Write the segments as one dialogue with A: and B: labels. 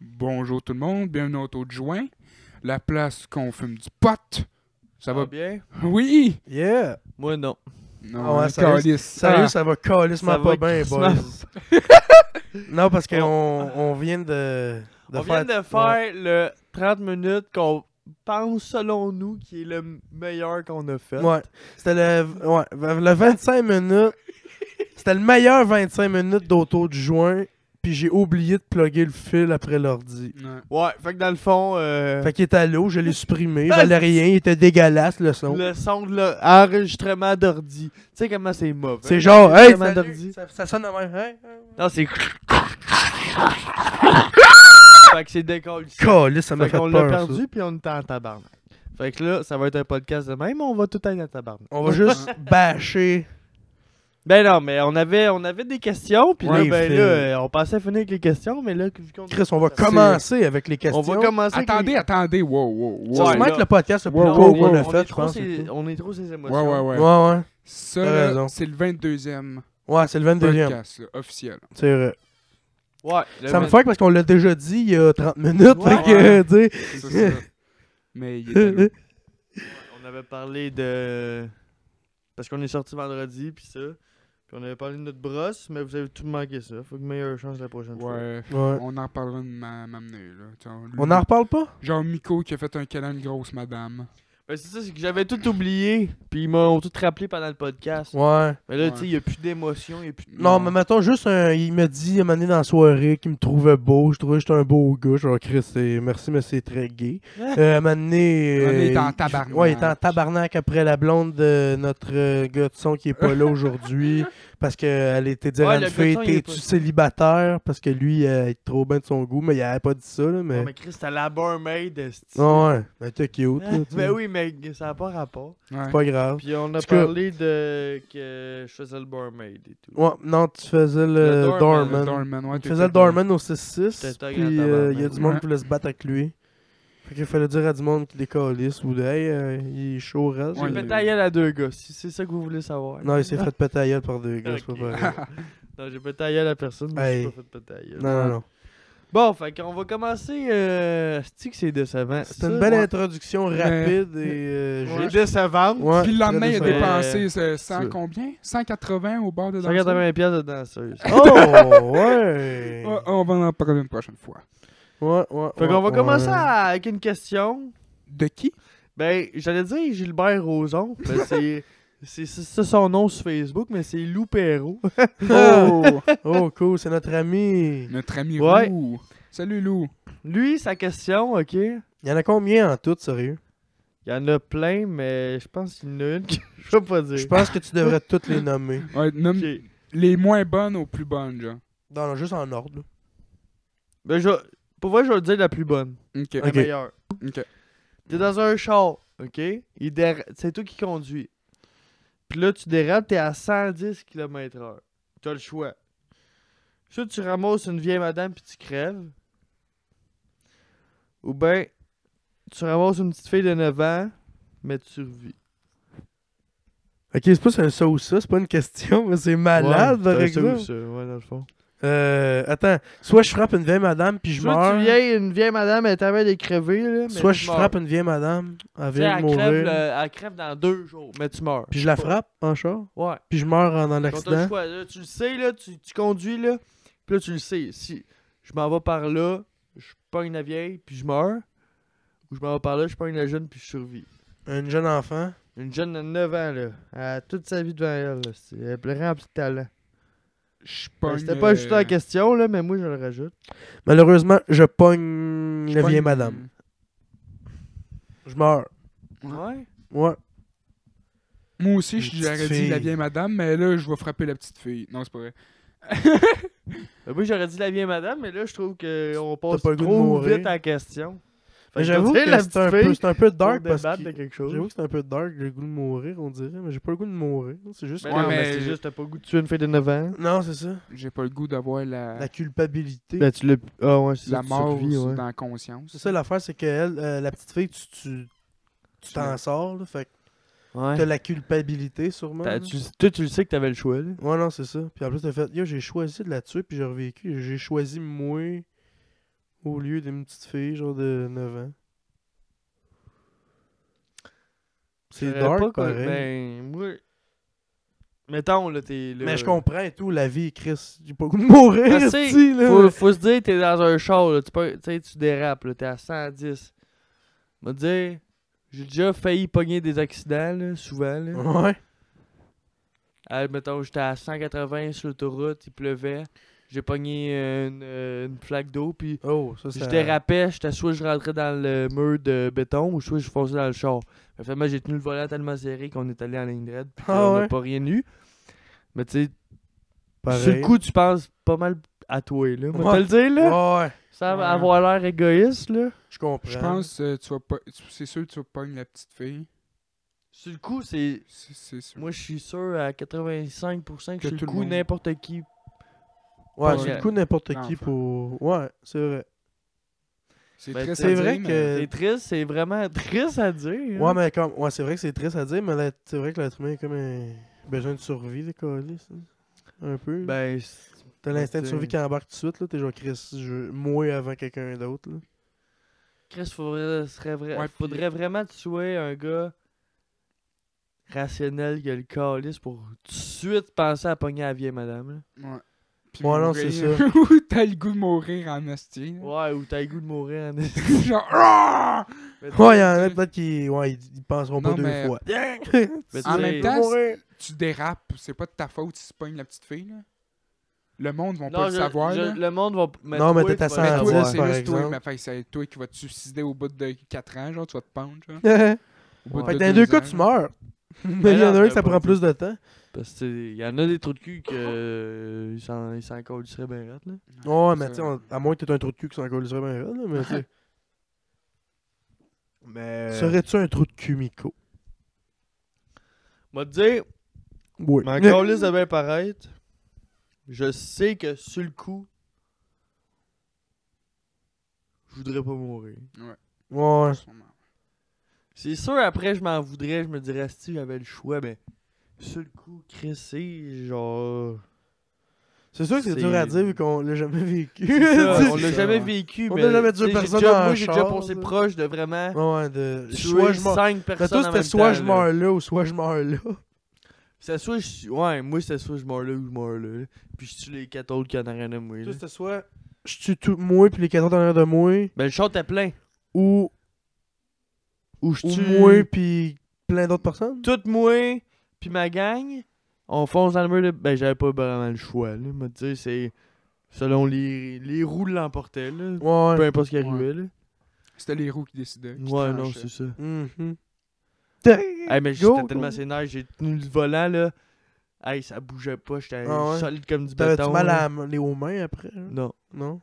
A: bonjour tout le monde, bienvenue au taux de juin, la place qu'on fume du pot. Ça
B: Ah.
A: va
C: bien?
A: Oui!
B: Yeah!
C: Moi, non.
A: Non,
B: Ah ouais,
A: on
B: sérieux,
A: calisse.
B: Sérieux,
A: Ah,
B: ça va calissement
C: Ça va
B: pas bien, boys.
C: crissement-
B: Non, parce qu'on on vient de, de
C: On
B: faire...
C: vient de faire le 30 minutes qu'on pense, selon nous, qui est le meilleur qu'on a fait.
B: Ouais. Ouais. C'était le, ouais, le 25 minutes. C'était le meilleur 25 minutes d'auto de juin. Puis j'ai oublié de plugger le fil après l'ordi.
A: ouais.
C: Ouais, fait que dans le fond, euh,
B: Fait qu'il était à l'eau, je l'ai supprimé. Il valait rien, il était dégueulasse le son.
C: Ah, le son de l'enregistrement d'ordi. Tu sais comment c'est mauvais.
B: C'est genre, hey,
C: Enregistrement
B: salut!
C: d'ordi.
B: ça, ça sonne de même. Hey, hey.
C: Non, c'est. fait que c'est décollé.
B: Calisse, ça m'a
C: Fait
B: fait
C: qu'on
B: peur.
C: l'a
B: ça.
C: perdu, puis on est en tabarnak. Fait que là, ça va être un podcast de même, on va tout aller en tabarnak.
B: On va juste bâcher.
C: Ben non, mais on avait, on avait des questions, puis
B: Ouais,
C: là, ben
B: fait-
C: là, euh, on pensait finir avec les questions, mais là, vu qu'on...
B: Chris, on va
C: C'est-
B: commencer avec les questions.
C: On va commencer avec
A: Attendez,
C: les-
A: attendez, wow, wow, wow.
B: Ça se
C: Ouais,
B: met
C: là.
B: que le podcast le plus
A: Ouais,
B: court
A: ouais,
B: qu'on
A: ouais,
B: a
C: on,
B: fait,
C: est
B: je
C: trop
B: pense.
C: ses- on est trop ses
A: Ouais,
C: émotions.
A: ouais,
B: Ouais,
A: ouais.
B: ouais.
A: Ça,
B: T'as
A: là,
B: raison.
A: c'est le 22e
B: Ouais, c'est le 22e.
A: podcast là, officiel.
B: C'est vrai.
C: Ouais, le
B: Ça me
C: vingt-
B: fait parce qu'on l'a déjà dit il y a 30 minutes.
C: Ouais.
B: fait que, tu sais,
A: C'est ça. Mais il est à l'eau.
C: On avait parlé de... Parce qu'on est sorti vendredi, puis ça. Puis on avait parlé de notre brosse, mais vous avez tout manqué ça. Faut que meilleure chance la prochaine fois.
A: Ouais.
B: Ouais.
A: On en parlera de ma- m'amener, là. Tu sais,
B: On en reparle pas?
A: Genre Miko qui a fait un câlin de grosse madame.
C: Ben c'est ça, c'est que j'avais tout oublié, puis ils m'ont tout rappelé pendant le podcast.
B: Ouais.
C: Mais là,
A: Ouais.
C: tu sais, il n'y a plus d'émotion, il a plus de...
B: Non, mais mettons juste un. Il m'a dit, un moment donné dans la soirée, qu'il me trouvait beau. Je trouvais que j'étais un beau gars. Genre, Chris, c'est- merci, mais c'est très gay. Euh, un moment donné,
A: Un moment donné, il est
B: euh,
A: en Ah, tabarnak.
B: Ouais, il est en tabarnak après la blonde de notre euh, gars de son qui est pas là aujourd'hui. parce qu'elle était dire
C: Ouais,
B: à
C: le gars
B: une
C: de
B: fille,
C: son, il est
B: t'es-tu
C: pas-
B: célibataire? Parce que lui, euh, il est trop bien de son goût, mais il avait pas dit ça, là.
C: Non,
B: Mais.
C: mais Chris, t'as la barmaid, esti.
B: Ah ouais, mais t'es cute, là. tu sais.
C: Ben oui, mais ça n'a pas rapport.
A: Ouais.
B: C'est pas grave.
C: Puis on a
B: tout cas-
C: parlé de que je faisais le barmaid et tout.
B: Ouais, non, tu faisais le,
C: Le doorman,
B: Dorman.
A: Le Dorman, ouais,
B: Tu
A: t'es
B: faisais le
A: pas bien.
B: Dorman au
C: C'était
B: 6-6.
C: un
B: Puis
C: grand
B: euh,
C: tabarnak.
B: il y a du monde
A: Ouais.
B: qui voulait se battre avec lui. Fait qu'il fallait dire à du monde qu'il décalisse ou de hey, euh, il est chaud, reste.
A: Ouais,
C: J'ai
A: il-
C: pété la gueule à deux gars, si c'est ça que vous voulez savoir.
B: Non, il s'est fait péter la gueule par deux gars, c'est pas
C: Ok.
B: pareil.
C: Non, j'ai pété la gueule à personne, mais je me suis pas fait péter la gueule.
B: Non, non, non.
C: Bon, fait qu'on va commencer. Euh... cest que c'est décevant?
B: C'était
C: Ça,
B: une belle
C: ouais.
B: introduction rapide et euh,
C: Ouais.
B: juste.
C: décevante.
B: Ouais,
A: Ben, Puis le lendemain,
B: très
A: il a
B: décevant.
A: dépensé euh,
C: tu
A: 100
C: veux.
A: combien 180 au bord de la
C: 180 piastres de danseuse.
B: Oh,
A: Ouais,
B: ouais!
A: Ah, on va en parler une prochaine fois.
B: Ouais, ouais.
C: Fait qu'on va
B: ouais,
C: commencer
B: ouais.
C: à- avec une question.
A: De qui
C: Ben, j'allais dire Gilbert Rozon. Ben, c'est. C'est c'est ça son nom sur Facebook, mais c'est Lou Perrault.
A: Oh
B: Oh, cool, c'est notre ami.
A: Notre ami
C: Ouais.
A: Lou. Salut Lou.
C: Lui, sa question, ok. Il
B: Il y en a combien en tout, sérieux?
C: y en a plein, mais je pense qu'il y en a une que je vais pas dire.
B: Je pense que tu devrais toutes les nommer.
A: Ouais, nomme
C: Ok.
A: les moins bonnes aux plus bonnes, genre.
B: Non, non, juste en ordre. là.
C: Ben, je... Pour vrai, je vais dire la plus bonne.
A: Ok.
C: La
B: Ok.
C: meilleure.
A: Ok.
C: T'es dans un char, ok? Il déra- C'est toi qui conduis. Puis là, tu dérapes, t'es à 110 km/h. T'as le choix. Soit tu ramasses une vieille madame puis tu crèves. Ou ben, tu ramasses une petite fille de 9 ans, mais tu survis.
B: Ok, c'est pas un ça ou ça, c'est pas une question, mais c'est malade,
C: Ouais,
B: par
C: c'est ça ou
B: exemple.
C: ça, ouais, dans le fond.
B: Euh, attends, soit je frappe une vieille madame puis je
C: Soit tu
B: meurs,
C: vieilles une vieille madame, elle t'avait des crevés, là. mais
B: soit
C: tu
B: je
C: meurs.
B: frappe une vieille madame, elle
C: Tu sais,
B: vient de
C: elle crève,
B: mourir,
C: le- elle crève dans deux jours, mais tu meurs.
B: puis je la frappe en char,
C: Ouais.
B: puis je meurs
C: Quand
B: en- dans
C: t'as le
B: l'accident.
C: choix, là, tu le sais, là, tu, tu conduis, là, puis là, tu le sais. Si je m'en vais par là, je pogne la vieille, puis je meurs. Ou je m'en vais par là, je pogne la jeune, puis je survis.
B: Une jeune enfant.
C: Une jeune de 9 ans, là, elle a toute sa vie devant elle, là. c'est- Elle est remplie de talent.
A: Je
C: Ben,
A: pogne,
C: C'était pas juste la
A: euh,
C: question, là, mais moi, je le rajoute.
B: Malheureusement, je pogne
A: je
B: la
A: pogne-
B: vieille madame. Je meurs.
C: Ouais.
B: Ouais.
A: Moi aussi,
B: Une
A: je-
B: petite
A: j'aurais dit la
B: fille.
A: vieille madame, mais là, je vais frapper la petite fille. Non, c'est pas vrai.
C: Ben, moi, j'aurais dit la vieille madame, mais là, je trouve qu'on passe
B: pas le goût de
C: trop
B: mourir.
C: vite à la question. Fait
B: Mais
C: que
B: j'avoue
C: je dirais la
B: que c'est
C: petite
B: un, peu-
C: fille
B: c'est un peu
C: pour
B: dark parce
C: débattre
B: que
C: de quelque chose.
B: j'avoue que c'est un peu dark, j'ai le goût de mourir, on dirait, mais j'ai pas le goût de mourir. C'est juste
C: Ben
A: Ouais,
C: non, mais
A: mais-
C: c'est juste, t'as pas le goût de tuer une fille de 9 ans.
B: Non, c'est ça.
A: J'ai pas le goût d'avoir la,
B: La culpabilité.
C: Ben, tu l'as. Ah, ouais, c'est
A: la
C: ça, tu
A: mort
C: survis, ouais.
A: dans la conscience.
B: C'est ça l'affaire, c'est que elle, euh, la petite fille, tu tu- tu t'en sors, là, fait que
C: Ouais.
B: t'as la culpabilité sûrement.
C: T'as-
B: là.
C: tu, toi, tu le sais que t'avais le choix, là.
B: Ouais, non, c'est ça. Puis en plus, t'as fait, yo, j'ai choisi de la tuer, puis j'ai revécu, j'ai choisi moi au lieu d'une petite fille, genre de 9 ans. C'est
C: J'aurais
B: dark,
C: pas con-
B: pareil.
C: Ben, moi. Mettons, là, t'es. là-
B: Mais je comprends et tout, la vie, Chris. J'ai pas le goût de mourir,
C: Ben, c'est-
B: esti, là.
C: Faut, faut se dire, t'es dans un show, là. Tu, peux, tu sais, tu dérapes, là. T'es à 110. Me dire, j'ai déjà failli pogner des accidents, là, souvent, là.
B: Ouais.
C: Ah, mettons, j'étais à 180 sur l'autoroute, il pleuvait. J'ai pogné euh, une, euh, une flaque d'eau, puis
B: Oh, ça, c'est.
C: je dérapais. J'étais soit je rentrais dans le mur de béton ou soit je fonçais dans le char. Mais finalement, j'ai tenu le volant tellement serré qu'on est allé en ligne droite, puis
B: Ah
C: on n'a
B: ouais?
C: pas rien eu. Mais tu sais,
B: Pareil.
C: sur le coup, tu penses pas mal à toi, là. On va te
B: Ouais.
C: le dire, là.
B: Ouais, ouais,
C: Sans
A: Ouais.
C: avoir l'air égoïste, là.
B: je comprends.
A: Je pense que tu vas pas. tu- C'est sûr que tu vas pogner la petite fille.
C: Sur le coup, c'est.
A: C'est c'est sûr.
C: Moi, je suis sûr à 85% que,
A: Que
C: sur
A: tout le
C: le coup,
A: monde-
C: n'importe qui.
B: Ouais,
A: pas
B: c'est le
C: vrai.
B: coup, n'importe qui
A: L'enfant.
B: pour. Ouais, c'est vrai.
A: C'est
C: Ben,
A: très
C: c'est
A: sadie,
B: vrai
A: mais-
B: que- Euh,
C: C'est triste, c'est vraiment triste à dire.
B: Ouais, mais comme. Ouais, c'est vrai que c'est triste à dire, mais la- c'est vrai que l'être humain a comme un besoin de survie, les colis, Un peu. là.
C: Ben, c'est-
B: T'as l'instinct de
C: t'sais-
B: survie qui embarque tout de suite, là. T'es genre, Chris, je moi avant quelqu'un d'autre, là.
C: Chris, faudrait, serait vrai-
A: Ouais, puis-
C: faudrait vraiment tuer un gars rationnel qui a le calice pour tout de suite penser à pogner la vieille madame.
A: Ouais. Puis
B: Ouais, non, c'est
A: mourir.
B: ça.
A: Ou t'as le goût de mourir en hostie.
C: là. Ouais, ou t'as le goût de mourir hein. en
A: Genre. Ah!
B: Ouais, y'en a peut-être qui. Ouais, ils, ils penseront pas
A: Non,
B: deux
A: mais-
B: fois.
C: Mais tu
A: En
C: sais,
A: même temps, Tu dérapes, c'est pas de ta faute si tu pognes la petite fille, là. Le monde va
C: non,
A: pas
C: je-
A: le savoir,
C: je-
A: là.
C: le monde va.
B: Non, mais
C: toi,
B: t'es à
C: tu vas
A: Mais
C: le
B: Ah,
A: toi,
B: ouais,
C: savoir.
A: c'est
B: par
A: juste toi,
B: exemple.
A: mais fait, c'est toi qui vas te suicider au bout de 4 ans, genre, tu vas te pendre, genre.
B: fait
A: Au bout
C: Ouais.
B: que
A: de
B: dans les
A: deux
B: deux cas,
A: ans,
B: tu
A: là.
B: meurs. Mais il y
C: non,
B: en a un
C: mais
B: que ça
C: pas
B: prend
C: du-
B: plus de temps.
C: Parce que il y en a des trous de cul que euh, ils s'en ils s'en calisseraient bien raide, là.
B: Ouais,
A: c'est
B: mais
A: ça.
B: tu sais, on- à moins que t'aies un trou de cul qui s'en colle bien raide, là, mais tu sais.
C: Mais.
B: Serais-tu un trou de cul, Miko?
C: M'a dire,
B: Oui.
C: ma calisse de bien paraître. Je sais que sur le coup, je voudrais pas mourir.
B: Ouais.
C: C'est sûr, après, je m'en voudrais, je me dirais, si j'avais le choix, mais sur le coup, Chris, c'est genre.
B: C'est sûr que c'est
C: C'est-
B: dur à dire vu qu'on l'a jamais vécu.
C: Ça,
A: c'est
C: on l'a
A: ça,
C: jamais
A: ouais.
C: vécu,
B: On
C: mais.
B: a jamais
C: tu
B: tué
C: sais, j'ai
B: personne
C: déjà-
B: en
C: Moi, j'ai déjà
B: char,
C: pensé
B: ça.
C: proche de vraiment.
B: Ouais, de. Soit
C: Tuer
B: je meurs.
C: 5
B: Mais
C: personnes.
B: toi,
C: en
B: c'était
C: même
B: soit
C: temps,
B: je
C: là.
B: meurs là ou soit je meurs là.
C: C'est soit je. Ouais, moi, c'est soit je meurs là ou je meurs là. là. Puis je tue les 4 autres qui en ont rien à mourir. là.
B: Toi, c'était soit je tue tout moi puis les 14 en arrière de moi
C: Ben, le char était plein.
B: ou,
C: Ou je
B: ou
C: tue.
B: moi puis plein d'autres personnes.
C: tout moi, puis ma gang, on fonce dans le mur de... Ben, j'avais pas vraiment le choix, là. Me dire, c'est... Selon les, les roues l'emportaient, là.
B: Ouais.
C: Peu importe ce qui
A: Ouais.
C: arrivait, là.
A: C'était les roues qui décidaient. qui
C: Ouais, non,
A: tranchaient.
C: c'est ça.
B: Mhm.
C: Hey, mais
B: Go,
C: j'étais tellement
B: go.
C: sénère, j'ai tenu le volant, là. Hey, ça bougeait pas, j'étais
B: Ah ouais?
C: solide comme du
B: T'avais-tu
C: béton.
B: mal
C: là.
B: à, les aux mains après? hein?
C: Non.
B: Non?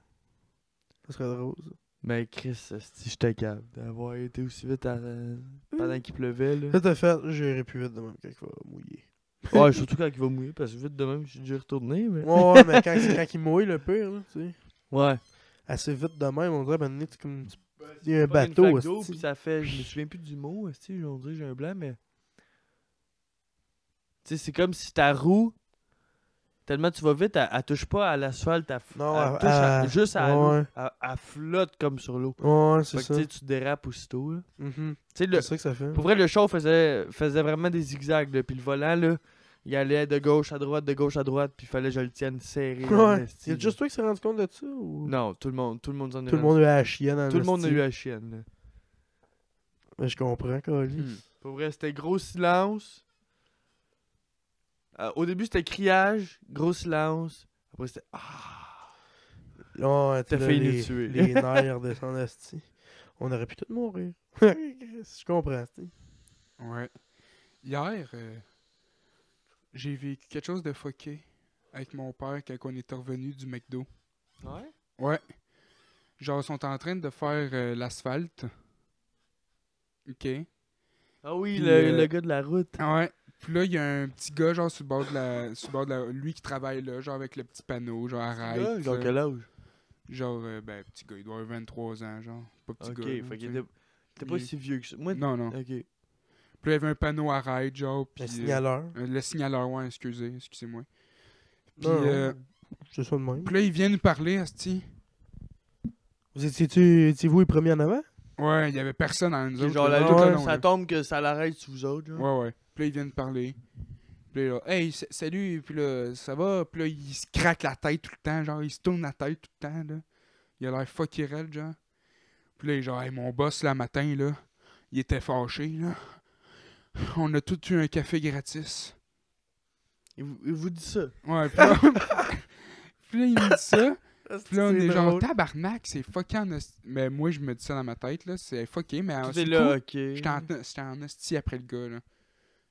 B: Ça serait drôle. ça.
C: Mais Chris, si j'étais capable d'avoir été aussi vite à- pendant qu'il pleuvait, là.
B: Ça t'a fait, j'irai plus vite de même quand il va mouiller.
C: ouais, surtout quand il va mouiller, parce que vite de même, je suis déjà retourné, mais...
B: Ouais, ouais, mais quand, c'est quand il mouille, le pire, là, tu sais.
C: Ouais.
B: Assez vite de même, on dirait, ben, c'est comme. Il y a un
C: Pas une
B: bateau,
C: flaque d'eau,
B: hostie.
C: puis ça fait, je me souviens plus du mot, esti, on dirait que j'ai un blanc, mais. Tu sais, c'est comme si ta roue, tellement tu vas vite, elle, elle touche pas à l'asphalte, elle, f-
B: Non,
C: elle
B: elle-
C: touche à-
B: elle-
C: juste à l'eau.
B: ouais.
C: Elle, elle flotte comme sur l'eau. Fait
B: Ouais, c'est
C: que
B: ça.
C: tu sais, tu dérapes aussitôt. là.
B: Mhm.
C: Tu sais, le-
B: C'est ça que ça fait.
C: pour vrai, le show faisait, faisait vraiment des zigzags, là, puis le volant, là, il allait de gauche à droite, de gauche à droite, puis il fallait que je le tienne serré. dans
B: Ouais.
C: l'esti,
B: Y'a
C: là.
B: juste toi qui s'est rendu compte de ça ou.
C: Non, tout le monde, tout le monde s'en est
B: Tout le
C: rendu-
B: monde a eu la chienne en
C: tout le monde a
B: esti.
C: eu la chienne. là.
B: Mais je comprends, Colis.
A: Hmm.
C: Pour vrai, c'était gros silence. Euh, au début, c'était criage, gros silence. Après, c'était. Ah!
B: Ouais,
C: T'as
B: là,
C: failli
B: les-
C: nous tuer.
B: Les nerfs redescendent, esti. On aurait pu tous mourir. je comprends, esti.
A: Ouais. Hier, euh, j'ai vécu quelque chose de fucké avec mon père quand on était revenu du McDo.
C: Ouais?
A: Ouais. Genre, ils sont en train de faire euh, l'asphalte. OK.
C: Ah oui,
A: Puis,
C: le,
A: euh,
C: le gars de la route.
A: Ah Ouais. Puis là, il y a un petit gars, genre, sur le bord de la. Sur le bord de la- Lui qui travaille là, genre, avec le petit panneau, genre, arrête.
C: Là, Ah, genre,
A: euh,
C: quel âge?
A: genre, euh, ben, petit gars, il doit avoir 23 ans, genre. Pas petit
C: Ok,
A: gars. là,
C: fait
A: tu
C: qu'il
A: sais.
C: était. T'es pas
A: Il-
C: si vieux que ça. Moi,
A: Non, non.
C: ok.
A: Puis là, il y avait un panneau arrête, genre. Puis,
B: Le
A: euh,
B: signaleur.
A: euh, le signaleur, ouais, excusez, excusez-moi. Puis,
B: Non, non,
A: euh,
B: C'est ça de même.
A: Puis là, il vient nous parler, Asti.
B: Vous étiez-tu étiez vous les premiers en avant?
A: Ouais, il y avait personne à nous
C: C'est
A: autres.
C: genre
A: là,
C: la
A: tout le
B: ouais,
C: lutte,
A: long,
C: ça
A: là.
C: tombe que ça l'arrête sous vous autres. genre.
A: Ouais, ouais. Puis là, ils viennent parler. Puis là, hey, s- salut, puis là, ça va? Puis là, il se craque la tête tout le temps, genre, il se tourne la tête tout le temps, là. Il a l'air fucky raide, genre. Puis là, il est genre, hey, mon boss, là, matin, là, il était fâché, là. On a tous eu un café gratis.
C: Il, vous, il vous dit ça.
A: Ouais, puis là, puis là, il me dit ça. Puis là, on
C: C'est
A: est genre,
C: drôle.
A: tabarnak, c'est fucké en esti- Mais moi, je me dis ça dans ma tête, là, c'est fucké, mais
C: Tout
A: c'est
C: est là,
A: cool.
C: ok.
A: J'étais en, j'étais en hostie après le gars, là.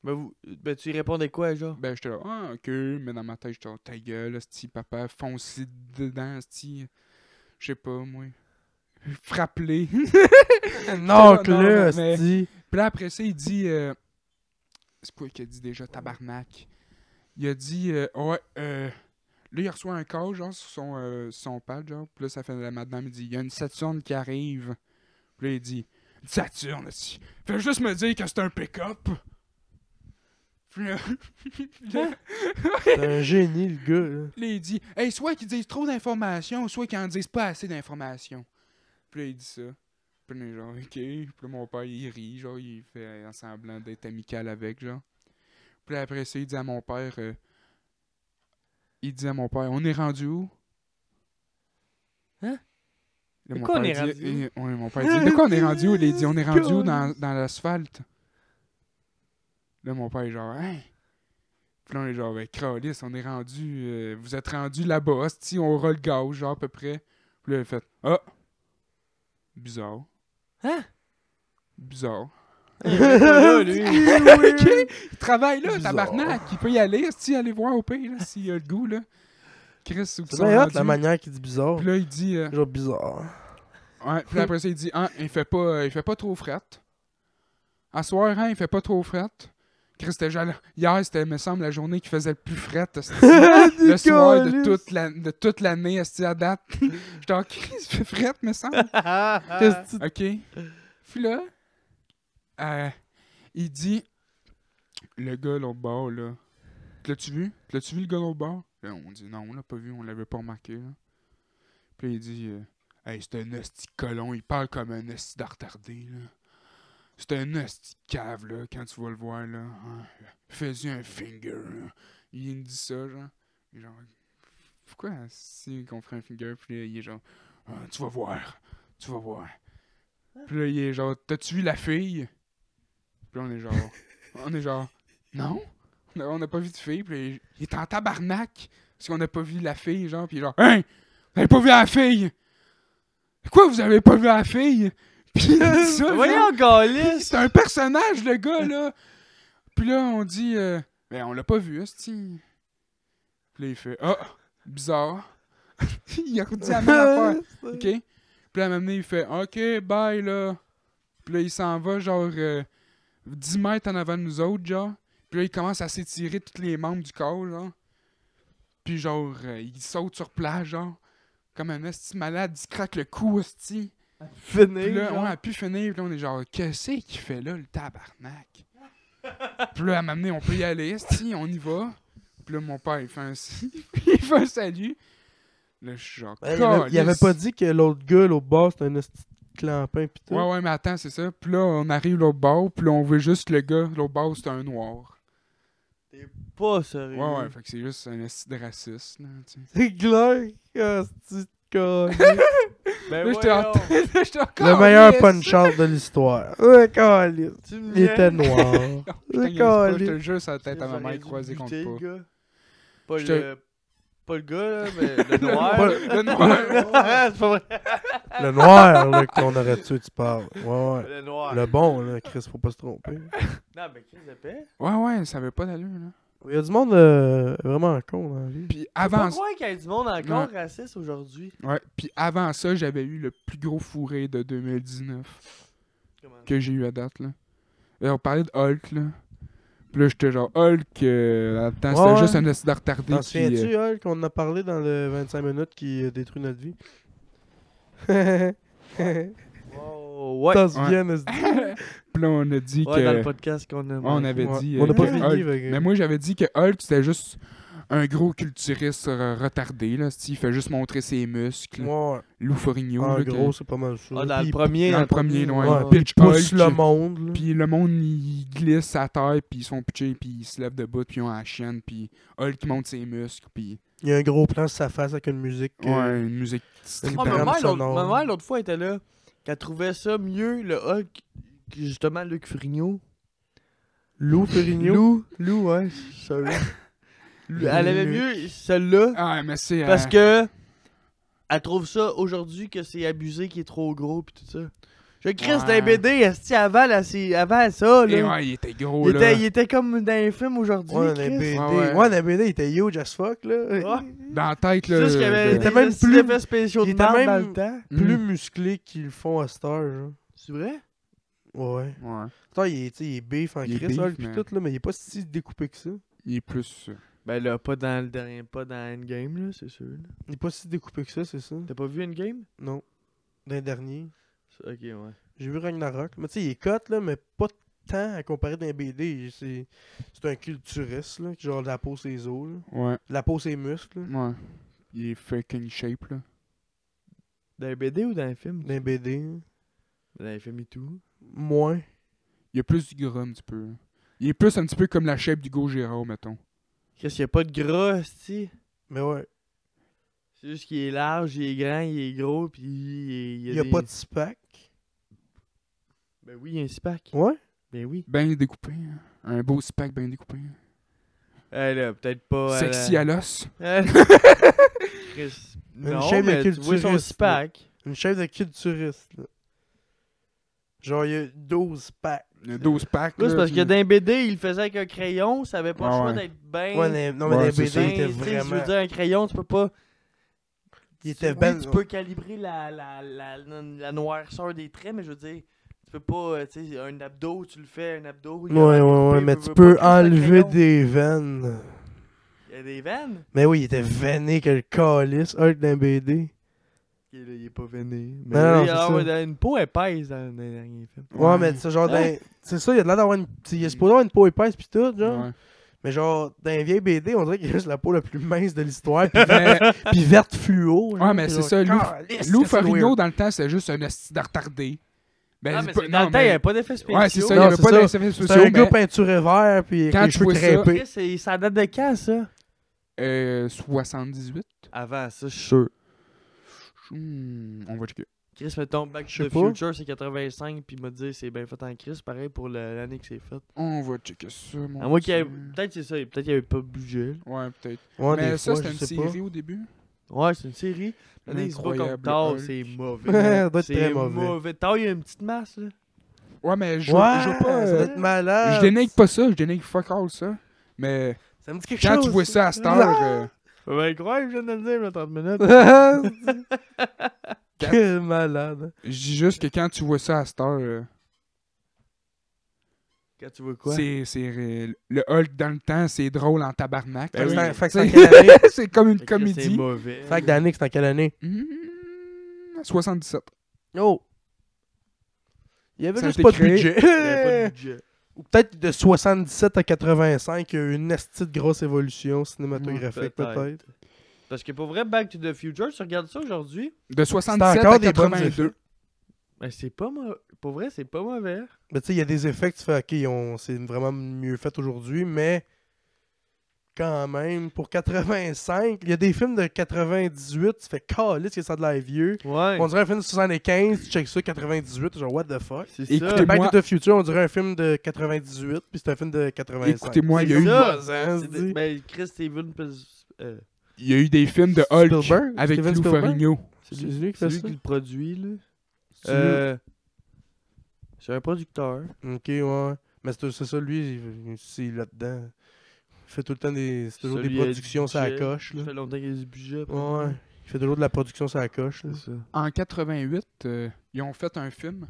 C: Ben, vous, ben, tu y répondais quoi, genre?
A: Ben, j'étais là, ah, ok, mais dans ma tête, j'étais là, ta gueule, hostie, papa, fonce dedans, hostie. Je sais pas, moi. Frappelé.
B: Ah, Non,
A: Non, non,
B: là,
A: mais-
B: hostie.
A: Puis là, après ça, il dit, euh, c'est quoi qu'il a dit déjà, tabarnak? Il a dit, euh, ouais, euh, là, il reçoit un call, genre, sur son, euh, sur son pad, genre. Puis là, ça fait la madame, il dit, il y a une Saturne qui arrive. Puis là, il dit, une Saturne, hostie. Fais juste me dire que c'est un pick-up. Puis là- Puis là...
B: C'est un génie, le gars. Là.
A: Là, il dit Hey, soit qu'ils disent trop d'informations, soit qu'ils en disent pas assez d'informations. Puis là, il dit ça. Puis là, genre, ok. Puis là, mon père, il rit, genre, il fait un semblant d'être amical avec, genre. Puis là, après ça, il dit à mon père euh, Il dit à mon père On est rendu où
C: Hein?
A: Là,
C: De
A: mon
C: quoi on
A: père
C: est
A: dit-
C: rendu
A: euh, ouais, mon père dit De quoi on est rendu où Il dit On est rendu où dans,
B: Colisse.
A: dans l'asphalte Là, mon père est genre Hein puis là, on est genre, ben, Crawlis, on est rendu. euh, vous êtes rendu là-bas, si on roule gauche, genre, à peu près. Puis là, il a fait, ah! Bizarre.
C: Hein?
A: Bizarre.
C: Il était pas là, lui.
A: ok! Il travaille là,
B: Bizarre.
A: tabarnak! Il peut y aller, si aller voir au pays, là, s'il a le goût, là. Chris, où
B: C'est
A: sont
B: bien hot,
A: rendus?
B: la manière qu'il dit bizarre.
A: Puis là, il dit, euh,
B: Genre bizarre.
A: ouais, puis là, après ça, il dit, ah, il fait pas, euh, il fait pas trop fret. À soir, hein, il fait pas trop fret. Chris, c'était genre, hier, c'était, me semble, la journée qui faisait le plus fret. esti. le soir de toute, la, de toute l'année, est à date? J'étais en crise, je fais frette, me semble. Ah,
C: Ah.
B: Qu'est-ce que
A: OK. Puis là, euh, il dit, le gars l'autre bord, là, l'as-tu vu? L'as-tu vu, le gars l'autre bord? Là, on dit, non, on l'a pas vu, on l'avait pas remarqué, là. Puis là, il dit, euh, hey, c'est un hostie de colon, il parle comme un hostie de retardé, là. C'est un hostie de cave, là, quand tu vas le voir, là. Hein, Fais-lui un finger, là. Il me dit ça, genre. Il est genre, pourquoi si qu'on ferait un finger, puis là, il est genre, Ah, tu vas voir, tu vas voir. Puis là, il est genre, t'as-tu vu la fille? Puis là, on est genre, on est genre, non, on a- on n'a pas vu de fille, puis là, il- il est en tabarnak, parce qu'on n'a pas vu la fille, genre, puis il est genre, hein, vous avez pas vu la fille? Quoi, vous avez pas vu la fille? Puis il dit ça, genre.
C: Ben, Voyons, Gaulis!
A: C'est un personnage, le gars, là. Puis là, on dit, euh, ben, on l'a pas vu, hostie. Puis là, il fait, ah, bizarre. il a redit la même affaire. OK? Puis là, à un moment donné, il fait, OK, bye, là. Puis là, il s'en va, genre, euh, 10 mètres en avant de nous autres, genre. Puis là, il commence à s'étirer tous les membres du corps, genre. Puis genre, euh, il saute sur place, genre. Comme un esti malade, il se craque le cou, hostie. Puis là, on a pu finir, puis là, on est genre, qu'est-ce qu'il fait là, le tabarnak? puis là, à m'amener, on peut y aller, si, on y va. Puis là, mon père, il fait un, il fait un salut. Là, je suis genre,
B: Ben, Il avait- il avait
A: Calisse.
B: pas dit que l'autre gars, l'autre boss, c'était un hostie de clampin pis tout.
A: Ouais, ouais, mais attends, c'est ça. Puis là, on arrive l'autre bord, puis là, on voit juste le gars, l'autre bord, c'est un noir.
C: Pas sérieux.
A: Ouais, ouais, fait que c'est juste un esti de raciste, là, tu sais.
B: C'est clair, hostie de con.
C: Ben
A: Là, j'étais en
C: voyons.
A: là, j'étais encore.
B: Le meilleur
A: yes.
B: punch-out de l'histoire. Ouais, câlisse.
C: Tu me
B: Il était
C: niaises.
B: noir.
A: Je te
B: Ouais,
A: niaise pas, Je
B: câlisse.
A: te jure, sa tête à
C: Ça
A: ma
C: aurait
A: main
C: dû
A: croisée contre
C: buter,
A: pas.
C: le gars. Pas
A: Je
C: le... Pas le gars, là, mais le noir.
B: Pas
C: là.
A: Le noir.
C: Ah, c'est pas vrai.
B: Le noir, là, qu'on aurait tué, tu parles. Ouais, ouais.
C: Le noir.
B: Le bon, là, Chris, faut pas se tromper.
C: Non, mais Chris de paix.
A: Ouais, ouais, ça avait pas d'allure, là.
B: Il y a du monde euh, vraiment con dans la vie.
A: Puis
C: Pourquoi
A: avant
C: qu'il y a du monde encore raciste aujourd'hui?
A: Ouais, puis avant ça, j'avais eu le plus gros fourré de 2019
C: Comment?
A: que j'ai eu à date, là. Et on parlait de Hulk, là. Puis là, j'étais genre Hulk, euh, attends,
B: Ouais,
A: c'était
B: ouais.
A: juste un accident retardé.
B: T'en
A: qui, euh,
B: souviens-tu,
C: euh,
B: Hall, qu'on en a parlé dans le 25 minutes qui euh, détruit notre vie?
C: Wow, Oh, ouais.
B: T'en souviens, on se dit.
A: euh, Puis là, on a dit
C: Ouais, dans le
A: que.
C: podcast qu'on a.
A: on avait
B: Ouais.
A: dit.
B: On
A: euh,
B: n'a pas
A: que
B: fini,
A: Hulk-
B: fait que-
A: Mais moi, j'avais dit que Hulk, c'était juste un gros culturiste euh, retardé, là, c'ti, il fait juste montrer ses muscles.
B: Ouais,
A: Lou Ferrigno,
B: en
A: là, que-
B: gros, c'est pas mal ça.
C: Ah, dans le Ah,
B: Puis-
C: premier.
A: dans le premier,
C: là,
A: ouais,
B: ouais,
A: ouais.
B: puis il pousse
A: Hulk. euh,
B: le monde. là.
A: Puis le monde, il glisse à terre, puis ils sont pitchés, puis ils se lèvent debout, puis ils ont la chienne, puis Hulk monte ses muscles, puis
B: Il y a un gros plan sur sa face avec une musique. euh,
A: ouais, une musique
C: Ah,
A: stripante.
B: Une
C: ma,
B: trame
C: mère, l'autre,
B: sonore.
C: ma mère, l'autre fois, était là. Qu'elle trouvait ça mieux, le Hulk, que justement, Luc Frigno.
B: Lou Ferrigno.
C: Lou, Lou, ouais, sorry.
B: Lou-
C: elle aimait
B: Lou-
C: mieux celle-là
A: Ah, mais c'est. euh,
C: parce que elle trouve ça aujourd'hui que c'est abusé qui est trop gros pis tout ça. Je crie, c'était un
A: Ouais.
C: BD, esti, avant, là, c'est- avant ça,
A: et
C: là.
A: eh ouais, il était gros,
C: il,
A: là.
C: était, il était comme dans un film aujourd'hui.
B: Ouais,
C: Chris.
B: la BD.
A: Ah
B: Ouais,
A: ouais.
B: la BD, il était huge as fuck, là.
C: Ouais.
A: Dans la tête,
C: C'est
A: là. euh,
C: juste qu'il y avait
A: le-
B: était
C: des
B: même
C: petits
B: plus-
C: effets spéciaux
B: il
C: de
B: était
C: marde
B: même-
C: dans le temps.
A: Mm.
B: Plus musclé qu'ils le font à cette heure, genre.
C: C'est vrai?
B: Ouais.
A: Ouais.
B: Putain, il est, tu sais, il est beef en
A: Il est
B: Chris,
A: beef,
B: Hulk, pis
A: mais-
B: tout, là, mais il est pas si découpé que ça.
A: Il est plus. euh,
C: Ben là, pas dans le dernier, pas dans Endgame, là, c'est sûr. là.
B: Il est pas si découpé que ça, c'est ça?
C: T'as pas vu Endgame?
B: Non. D'un dernier.
C: Ok, ouais.
B: J'ai vu Ragnarok. Mais tu sais, il est cut, là, mais pas tant à comparer d'un BD. C'est c'est un culturiste, là, qui genre de la peau, ses os, là.
A: Ouais.
B: De La peau, ses muscles, là.
A: Ouais. Il est fucking shape, là.
C: Dans un BD ou dans un film?
B: D'un BD, là.
C: Dans un film et tout.
B: Moins.
A: Il a plus du gras, un petit peu. là. Il est plus un petit peu comme la shape du Gérard, mettons.
C: Qu'est-ce qu'il y a pas de gras, tu
B: Mais ouais.
C: C'est juste qu'il est large, il est grand, il est gros, puis il, est- il
B: Il y a
C: des-
B: pas de spack.
C: Ben oui, il y a un six-pack.
B: Ouais.
C: Ben oui.
A: Ben découpé. hein. Un beau spack bien découpé. hein.
C: Eh là, peut-être pas.
A: Sexy à l'os.
C: la... Chris. Non,
B: chaîne de
C: mais tu vois son
B: culturistes,
C: six-pack.
B: Une chaîne de culturiste, là. Genre, il y a 12 packs.
A: Le 12 pack.
C: Là, c'est parce
A: puis-
C: que dans un BD, il le faisait avec un crayon, ça avait pas
A: Ah
C: le choix
A: ouais.
C: d'être ben...
B: Ouais, mais- non, mais
A: Ouais,
B: d'un
A: c'est
B: BD,
A: ça.
B: il était
C: ben, tu sais, Je veux
B: vraiment.
C: dire, un crayon, tu peux pas... Tu-
B: Il était
C: oui,
B: ben.
C: tu peux calibrer la, la, la, la, la noirceur des traits, mais je veux dire, tu peux pas, euh, tu sais, un abdo, tu le fais, un abdo. il y a
B: Ouais,
C: un
B: ouais,
C: coupé,
B: ouais,
C: il
B: mais
C: veut-
B: tu
C: veut
B: peux
C: pas qu'il se
B: enlever
C: crayon.
B: des veines.
C: Il y a des veines.
B: Mais oui, il était veiné que le calice, Hulk d'un BD.
C: Il, est- il est pas veiné. Mais
B: Non, non,
C: il-
B: c'est
C: ah
B: ça.
C: ouais, dans une peau épaisse dans, dans les derniers films.
B: Ouais, mais c'est genre d'un. C'est ça, il a de l'air d'avoir une. Il est supposé avoir une peau épaisse pis tout, genre.
A: Ouais.
B: Mais genre, dans un vieil BD, on dirait qu'il a juste la peau la plus mince de l'histoire pis, ver-
A: Mais-
B: pis verte fluo. genre.
A: Ouais, mais c'est
B: Genre,
A: ça, Lou-
B: calice,
A: Lou
B: que c'est
A: Ferrigno,
B: weird.
A: dans le temps, c'était juste un esti de retardé. Ben,
C: Ah,
A: c'est
C: mais
A: pas-
C: c'est- dans
A: non,
C: le temps, il
A: mais-
C: n'y avait pas d'effet spéciaux.
A: Ouais, c'est ça, il
B: Non,
A: n'y avait
B: c'est
A: pas
B: ça.
A: d'effet
B: C'est un
A: spéciaux.
B: gars
A: mais,
B: peinturé vert pis avec
A: Quand
B: les
A: tu
B: cheveux
A: vois ça-
B: crêpés.
C: Chris, c'est- ça date de quand, ça?
A: euh, 78.
C: Avant ça, je suis sûr.
A: Hmm, on va checker.
C: Chris, mettons, Back
B: Je
C: to
B: sais
C: the
B: pas.
C: Future, c'est 85, puis il m'a dit, c'est bien fait en Chris, pareil pour le- l'année que c'est fait.
A: On va checker ça, mon
C: À moins qu'il y
A: petit.
C: ait- Peut-être c'est ça, peut-être qu'il n'y avait pas de budget. là.
A: Ouais, peut-être.
B: Ouais,
A: mais
B: des
A: ça,
B: fois,
A: c'était une
B: je sais pas.
A: série au début.
C: Ouais, c'est une série. L'année des trois comme
A: Incroyable
C: tard,
A: Hulk.
C: c'est mauvais.
B: Ça doit être
C: c'est
B: très mauvais.
C: Tard, il y a une petite masse, là.
A: Ouais, mais je
B: ouais,
A: je veux pas.
B: ça doit
A: euh,
B: être malade.
A: Je dénigre pas ça, je dénigre fuck all ça. Mais
B: Ça me dit quelque
A: quand
B: chose.
A: tu vois ça à cette
B: Ah!
A: heure, euh,
C: Ben, crois, je viens de le dire, il y a 30 minutes.
B: Quel malade.
A: je dis juste que quand tu vois ça à cette heure, euh,
C: Quand tu veux quoi?
A: c'est c'est ré- le Hulk dans le temps, c'est drôle en tabarnak.
C: Ben
A: là.
C: oui.
B: Fait que c'est en
A: C'est-
B: quelle année?
A: c'est comme une
C: Fait que C'est
A: comédie.
C: mauvais.
B: Fait que d'année, c'est en quelle année?
A: Hmm, 77.
B: Oh! Il y avait
A: Ça a
B: juste
A: été
B: pas de
A: créé.
B: budget.
C: Il y avait pas de budget.
B: Ou peut-être de 77 à 85, il y a eu une esti de grosse
A: Hmm,
B: évolution cinématographique,
C: Ouais, peut-être.
B: peut-être.
C: Parce que pour vrai, Back to the Future, tu regardes ça aujourd'hui,
A: De
B: C'était
A: 77
B: encore
A: à
B: des bonnes
A: 82.
B: effets.
C: ben c'est pas mauvais. Pour vrai, c'est pas mauvais.
B: Mais tu sais, il y a des effets que tu fais, ok, ils ont- c'est vraiment mieux fait aujourd'hui, mais quand même, pour 85, il y a des films de 98, tu fais caliste que ça a de l'air vieux.
C: Ouais.
B: On dirait un film de 75, tu check ça, 98, genre what the fuck.
C: C'est ça.
A: Écoutez-
B: Back
A: Moi-
B: to the Future, on dirait un film de 98, puis c'est un film de 85.
A: Écoutez-moi, il y a
C: C'est
A: eu
C: ça.
B: Buzz, hein,
C: C'est
B: c'est
C: des-
B: dit.
C: Ben, Chris Steven, plus- euh,
A: Il y a eu des films de Hulk
B: Spielberg?
A: avec
B: Steven
A: Lou
B: Spielberg?
A: Ferrigno.
C: c'est
B: C'est
C: lui,
B: lui qui
C: c'est
B: fait
C: lui
B: ça?
C: qui le produit, là.
B: C'est lui.
C: Euh, C'est un producteur.
B: Ok, ouais. Mais c'est c'est ça, lui, il- c'est là-dedans. Il fait tout le temps des. C'est toujours
C: Ça,
B: des
C: lui, il a du
B: productions sur la
C: budget.
B: coche,
C: Ça
B: là.
C: fait longtemps qu'il y a du budget. après.
B: Ouais. Il fait toujours de la production sur la coche, là.
C: C'est ça.
A: En 88, euh, ils ont fait un film,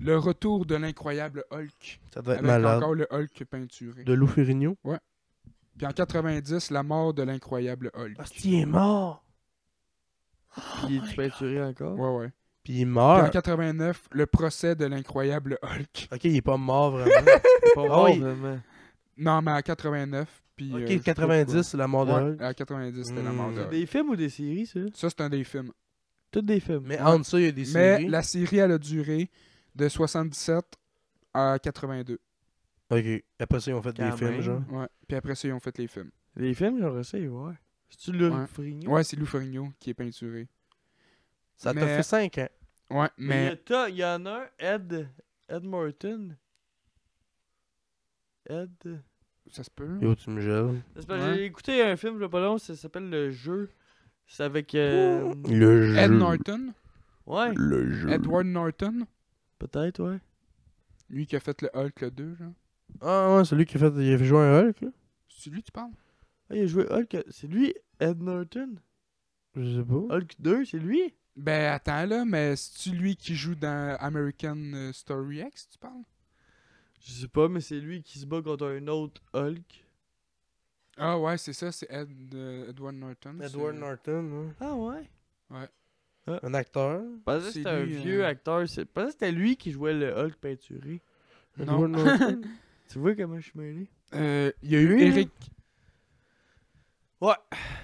A: Le Retour de l'incroyable Hulk,
B: Ça doit être
A: avec
B: malade.
A: encore le Hulk peinturé.
B: De Lou Ferrigno.
A: Puis en 90, La mort de l'incroyable Hulk.
B: Parce qu'il est mort.
C: Puis il est peinturé encore.
A: Ouais, ouais.
B: Puis il
A: Puis en
B: meurt.
A: 89, Le procès de l'incroyable Hulk.
B: Ok, il est pas mort vraiment.
C: C'est Pas
B: Ah
C: mort,
B: oui.
C: vraiment.
A: Non, mais à 89. Puis, euh, je sais
B: Ok,
A: pas
B: 90, c'est la mort de
A: pourquoi.
B: Hulk.
A: Ouais, à 90, c'était la
B: Hmm.
A: mort de Hulk.
C: Des films ou des séries, ça
A: Ça, c'est un des films.
C: Toutes des films.
B: Mais entre ça, il y a des
A: Mais
B: séries.
A: la série, elle a duré de 77 à 82.
B: Ok, après ça, ils ont fait
C: Quand
B: des films,
C: même.
B: genre.
A: Ouais. Puis après ça, ils ont fait les films.
C: Les films, j'aurais ça, ouais. C'est-tu le
A: Ouais. Ouais, c'est Lou Ferrigno qui est peinturé.
B: Ça t'a
A: Mais-
B: fait 5 ans.
A: Ouais,
C: Mais il y
A: mais
C: a ta- il y, en a un, Ed. Ed Morton. Ed.
A: ça se peut.
B: Yo, tu me gèles.
C: C'est parce que
A: Ouais.
C: J'ai écouté un film, je pas long, ça s'appelle Le Jeu. C'est avec. euh,
B: Le jeu.
A: Ed Norton,
C: Ouais,
B: Le jeu.
A: Edward Norton,
C: peut-être, ouais.
A: lui qui a fait le Hulk le 2, genre.
B: Ah ouais, c'est lui qui a fait, il a fait jouer un Hulk, là.
A: C'est lui que tu parles?
C: Ah, il a joué Hulk. C'est lui, Ed Norton.
B: Je sais pas.
C: Hulk 2, c'est lui.
A: Ben attends là, mais c'est-tu lui qui joue dans American euh, Story X, tu parles?
C: Je sais pas, mais c'est lui qui se bat contre un autre Hulk.
A: Ah ouais, c'est ça, c'est Ed, euh, Edward Norton.
B: Edward
A: c'est-
B: Norton, ouais.
C: Ah ouais?
B: Un acteur.
C: Je pensais que
A: C'est
C: c'était un
A: lui,
C: vieux
A: euh,
C: acteur. c'est- Je pensais que c'était lui qui jouait le Hulk peinturé.
A: Non.
B: Edward Norton.
C: Tu vois comment je suis mêlé?
A: Euh, Il y a eu
B: Lui, là?
A: Eric,
C: Ouais.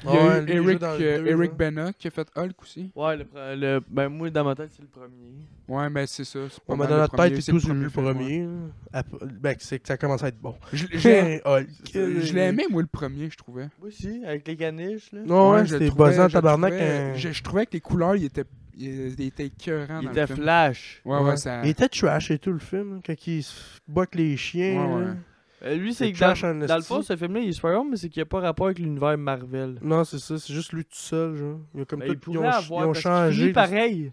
A: il y a
B: Ouais,
A: eu
B: lui, il joue
A: Eric,
B: dans le
A: euh,
B: deux,
A: Eric
B: là.
A: Bana qui a fait Hulk aussi.
C: Ouais, le, pre- le- ben moi dans ma tête c'est le premier.
A: Ouais, mais c'est ça. c'est pas
B: Ouais, mais
A: mal
B: dans
A: le
B: notre
A: premier,
B: tête, c'est
A: le
B: tout sur le
A: film, ouais.
B: premier. là. Après- Ben, c'est que ça commence à être bon.
A: Je, je-
B: J'ai Hulk.
A: je l'ai aimé, moi, le premier, je trouvais.
C: Moi aussi, avec les caniches là.
B: Non, ouais,
A: je
B: c'était
A: trouvais-
B: buzzant,
A: je
B: tabarnak.
A: trouvais-
B: hein.
A: Je, je trouvais que les couleurs, ils étaient, ils étaient écœurants
C: Il
A: dans le
C: était
A: film.
C: flash.
A: Ouais, ouais, ça...
B: Il était trash et tout le film, hein, quand il se bat avec les chiens.
A: Ouais,
B: là.
A: ouais.
C: Euh, lui
B: C'est
C: c'est que
B: trash
C: dans,
B: en
C: dans le
B: esti.
C: fond ce film là il est super bon mais c'est qu'il n'y a pas rapport avec l'univers Marvel.
B: Non, c'est ça, c'est juste lui tout seul, genre. Ils ont comme
C: Ben,
B: tout-
C: il
B: ils
C: pourrait
B: ont, ch-
C: avoir
B: ils ont
C: parce qu'il
B: changé.
C: finit
B: le-
C: pareil.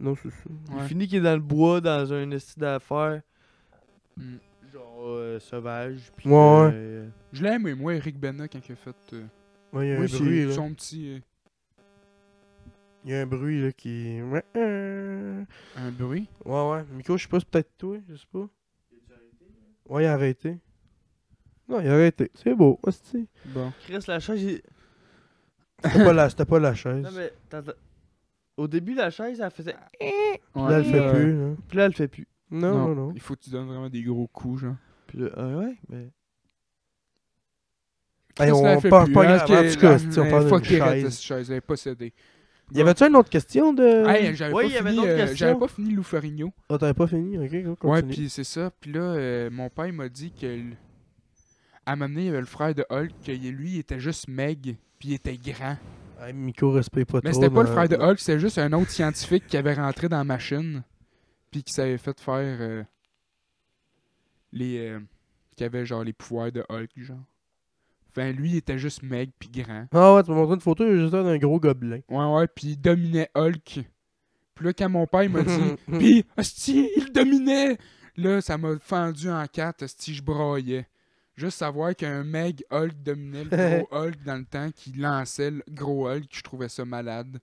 B: Non, c'est ça.
A: Ouais.
C: Il finit qu'il est dans le bois dans un esti d'affaires.
A: Mm.
C: Genre euh, sauvage. Puis,
B: Ouais, ouais.
C: euh,
A: Je l'ai aimé, moi, Eric Bana, quand il a fait euh,
B: Ouais, il y a
C: Oui,
B: un
C: c'est-
B: bruit, là.
A: son petit... euh,
B: Il y a un bruit, là, qui. Ouais, euh.
A: un bruit.
B: ouais. ouais. Miko, je sais pas, c'est peut-être toi, je sais pas. Ouais, il a arrêté. Non, il a arrêté. C'est beau, hostie.
A: Bon.
C: Chris la chaise il-
B: C'était pas, la... c'était pas la chaise.
C: Non mais t'entends- au début la chaise elle faisait
A: Ouais,
B: Là, elle fait
A: euh,
B: plus, là.
C: puis là elle fait plus.
B: Non, non, non.
A: Il faut que tu donnes vraiment des gros coups, genre.
C: Puis là, ah ouais mais
B: Hey,
A: Ça,
B: on
A: ça fait
B: parle
A: plus,
B: pas
A: hein,
B: grave,
A: qu'elle-
B: en tout cas,
A: elle-
B: si on
A: elle-
B: parle
A: fuck
B: d'une
A: Eric,
B: chaise.
A: cette chaise, elle est possédée.
B: Y avait-tu une autre question de.
A: Euh, Hey, j'avais
C: ouais,
A: pas
C: il y avait
A: fini,
C: d'autres
A: euh, j'avais
C: questions.
A: pas fini Lou Ferrigno.
B: Ah, t'avais pas fini, ok, go,
A: Ouais,
B: continue.
A: puis c'est ça. Puis là, euh, mon père m'a dit que. l- À m'amener, il y avait le frère de Hulk, que il- lui, il était juste meg, puis il était grand.
B: Hey, Miko, respecte pas
A: Mais
B: trop. euh,
A: c'était pas le
B: dans-
A: frère de Hulk, c'était juste un autre scientifique qui avait rentré dans la machine, puis qui s'avait fait faire. euh, les. euh, qui avait genre les pouvoirs de Hulk, genre. Enfin, lui, il était juste meg, puis grand.
B: Ah ouais, tu m'as montré une photo, il y a juste un gros gobelin.
A: Ouais, ouais, puis il dominait Hulk. Puis là, quand mon père m'a dit.
B: Hmm.
A: Puis, hostie, il dominait! Là, ça m'a fendu en quatre, hostie, je broyais. Juste savoir qu'un meg Hulk dominait le gros Hulk dans le temps, qui lançait le gros Hulk, je trouvais ça malade.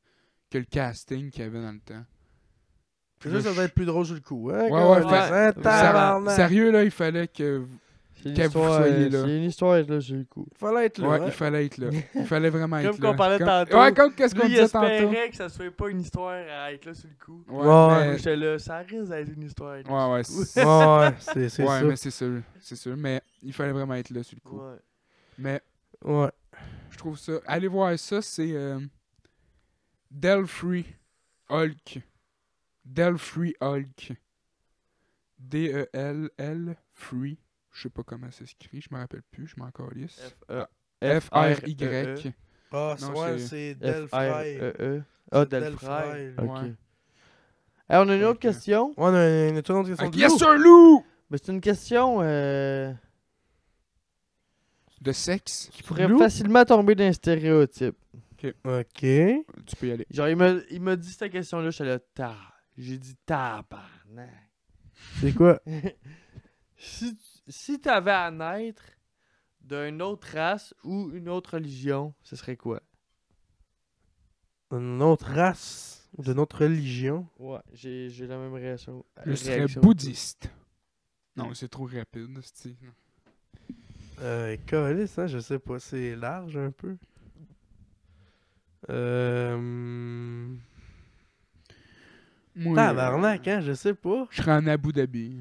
A: Que le casting qu'il y avait dans le temps. Puis
B: Ça,
A: là,
B: ça
A: je-
B: doit être plus drôle sur le coup. Hein,
A: Ouais,
B: quand
A: ouais,
B: même.
C: fait-
B: Hein,
C: ça-
B: tabarnak.
A: Sérieux, là, il fallait que.
C: c'est une
A: Que vous
C: histoire
A: soyez
C: euh,
A: là.
C: c'est une histoire là sur le coup.
B: Fallait être là.
A: ouais,
B: hein.
A: il fallait être là. Il fallait vraiment
C: Comme
A: être là.
C: qu'on parlait tantôt.
A: Ouais, comme qu'est-ce
C: Lui,
A: qu'on
C: il
A: disait tantôt.
C: espérait que ça soit pas une histoire à être là sur le coup.
B: Ouais,
A: mais-
B: ouais.
C: J'étais là, ça risque d'être une histoire à être là
A: ouais, ouais,
C: sur le coup.
A: c'est-
B: Ouais, ouais, c'est c'est
A: ouais,
B: ça.
A: mais c'est sûr. C'est sûr, mais il fallait vraiment être là sur le coup.
C: Ouais.
A: Mais
B: Ouais.
A: Je trouve ça. Allez voir ça, c'est euh, Delfree Hulk. Delfree Hulk. D-E-L-L Free. Je sais pas comment ça s'écrit, je me rappelle plus, je m'en calisse. F-R-Y.
B: Ah,
A: Non,
B: ouais,
A: c'est-
B: c'est
C: E
B: Delphi.
C: F-R-E-E. Ah,
B: C'est
C: Delfray.
B: Delfray.
C: Ok.
A: Ouais.
C: Eh, on a une
A: Ok.
C: autre question.
B: Ouais, on a une autre question.
A: Avec
B: de
A: Yes,
B: nous.
A: sir, loup!
C: Mais c'est une question euh,
A: De sexe.
C: qui pourrait
B: Lou?
C: facilement tomber dans un stéréotype.
B: Ok.
A: Tu peux y aller.
C: Genre, il m'a, il m'a dit cette question-là, j'étais là, ta. J'ai dit tabarnak.
B: C'est quoi
C: Si, tu- si t'avais à naître d'une autre race ou une autre religion, ce serait quoi?
B: Une autre race de notre religion.
C: Ouais, j'ai, j'ai la même réaction.
A: Je serais
C: réaction.
A: bouddhiste. Non, c'est trop rapide, c'est.
B: Euh, Calice, hein, je sais pas, c'est large un peu. Euh.
A: Moi, euh,
C: euh,
B: Tabarnak, hein, je sais pas.
A: Je serais en Abu Dhabi.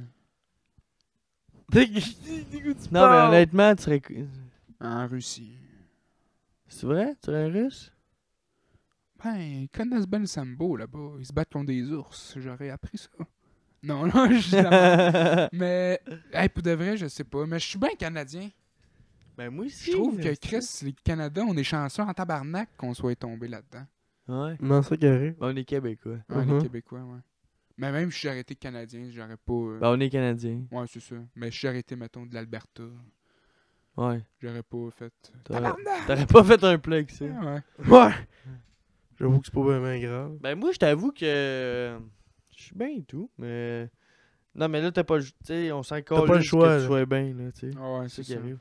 C: Non, mais honnêtement, tu serais.
A: En Russie.
C: C'est vrai? Tu serais un russe?
A: Ben, ils connaissent bien le sambo là-bas. Ils se battent contre des ours. J'aurais appris ça. Non, non, je dis la merde.
C: Ben,
A: Mais, hey, pour de vrai, je sais pas. Mais je suis bien Canadien.
C: ben, moi aussi.
A: Je trouve que Chris, les Canadiens, on est chanceux en tabarnak qu'on soit tombé là-dedans.
C: Ouais.
B: Non, c'est carré.
C: Ben, on est Québécois.
A: Ouais,
B: Mhm.
A: Les Québécois, ouais. Mais même si j'aurais été Canadien, j'aurais pas. euh,
C: Ben, on est Canadien.
A: Ouais, c'est ça. Mais si j'aurais été, mettons, de l'Alberta,
C: Ouais.
A: j'aurais pas fait.
C: T'aurais t'aurais pas fait un plug, ça.
A: Ah, ouais.
B: Ouais! J'avoue que c'est pas vraiment grave.
C: Ben moi, je t'avoue que euh, je suis bien et tout, mais non, mais là t'as pas, le- tu sais, on s'en calisse
B: pas le choix,
C: Que tu
B: là.
C: sois bien là, tu sais.
A: Ah ouais,
C: C'est ça
A: c'est
C: qui
A: ça.
C: arrive.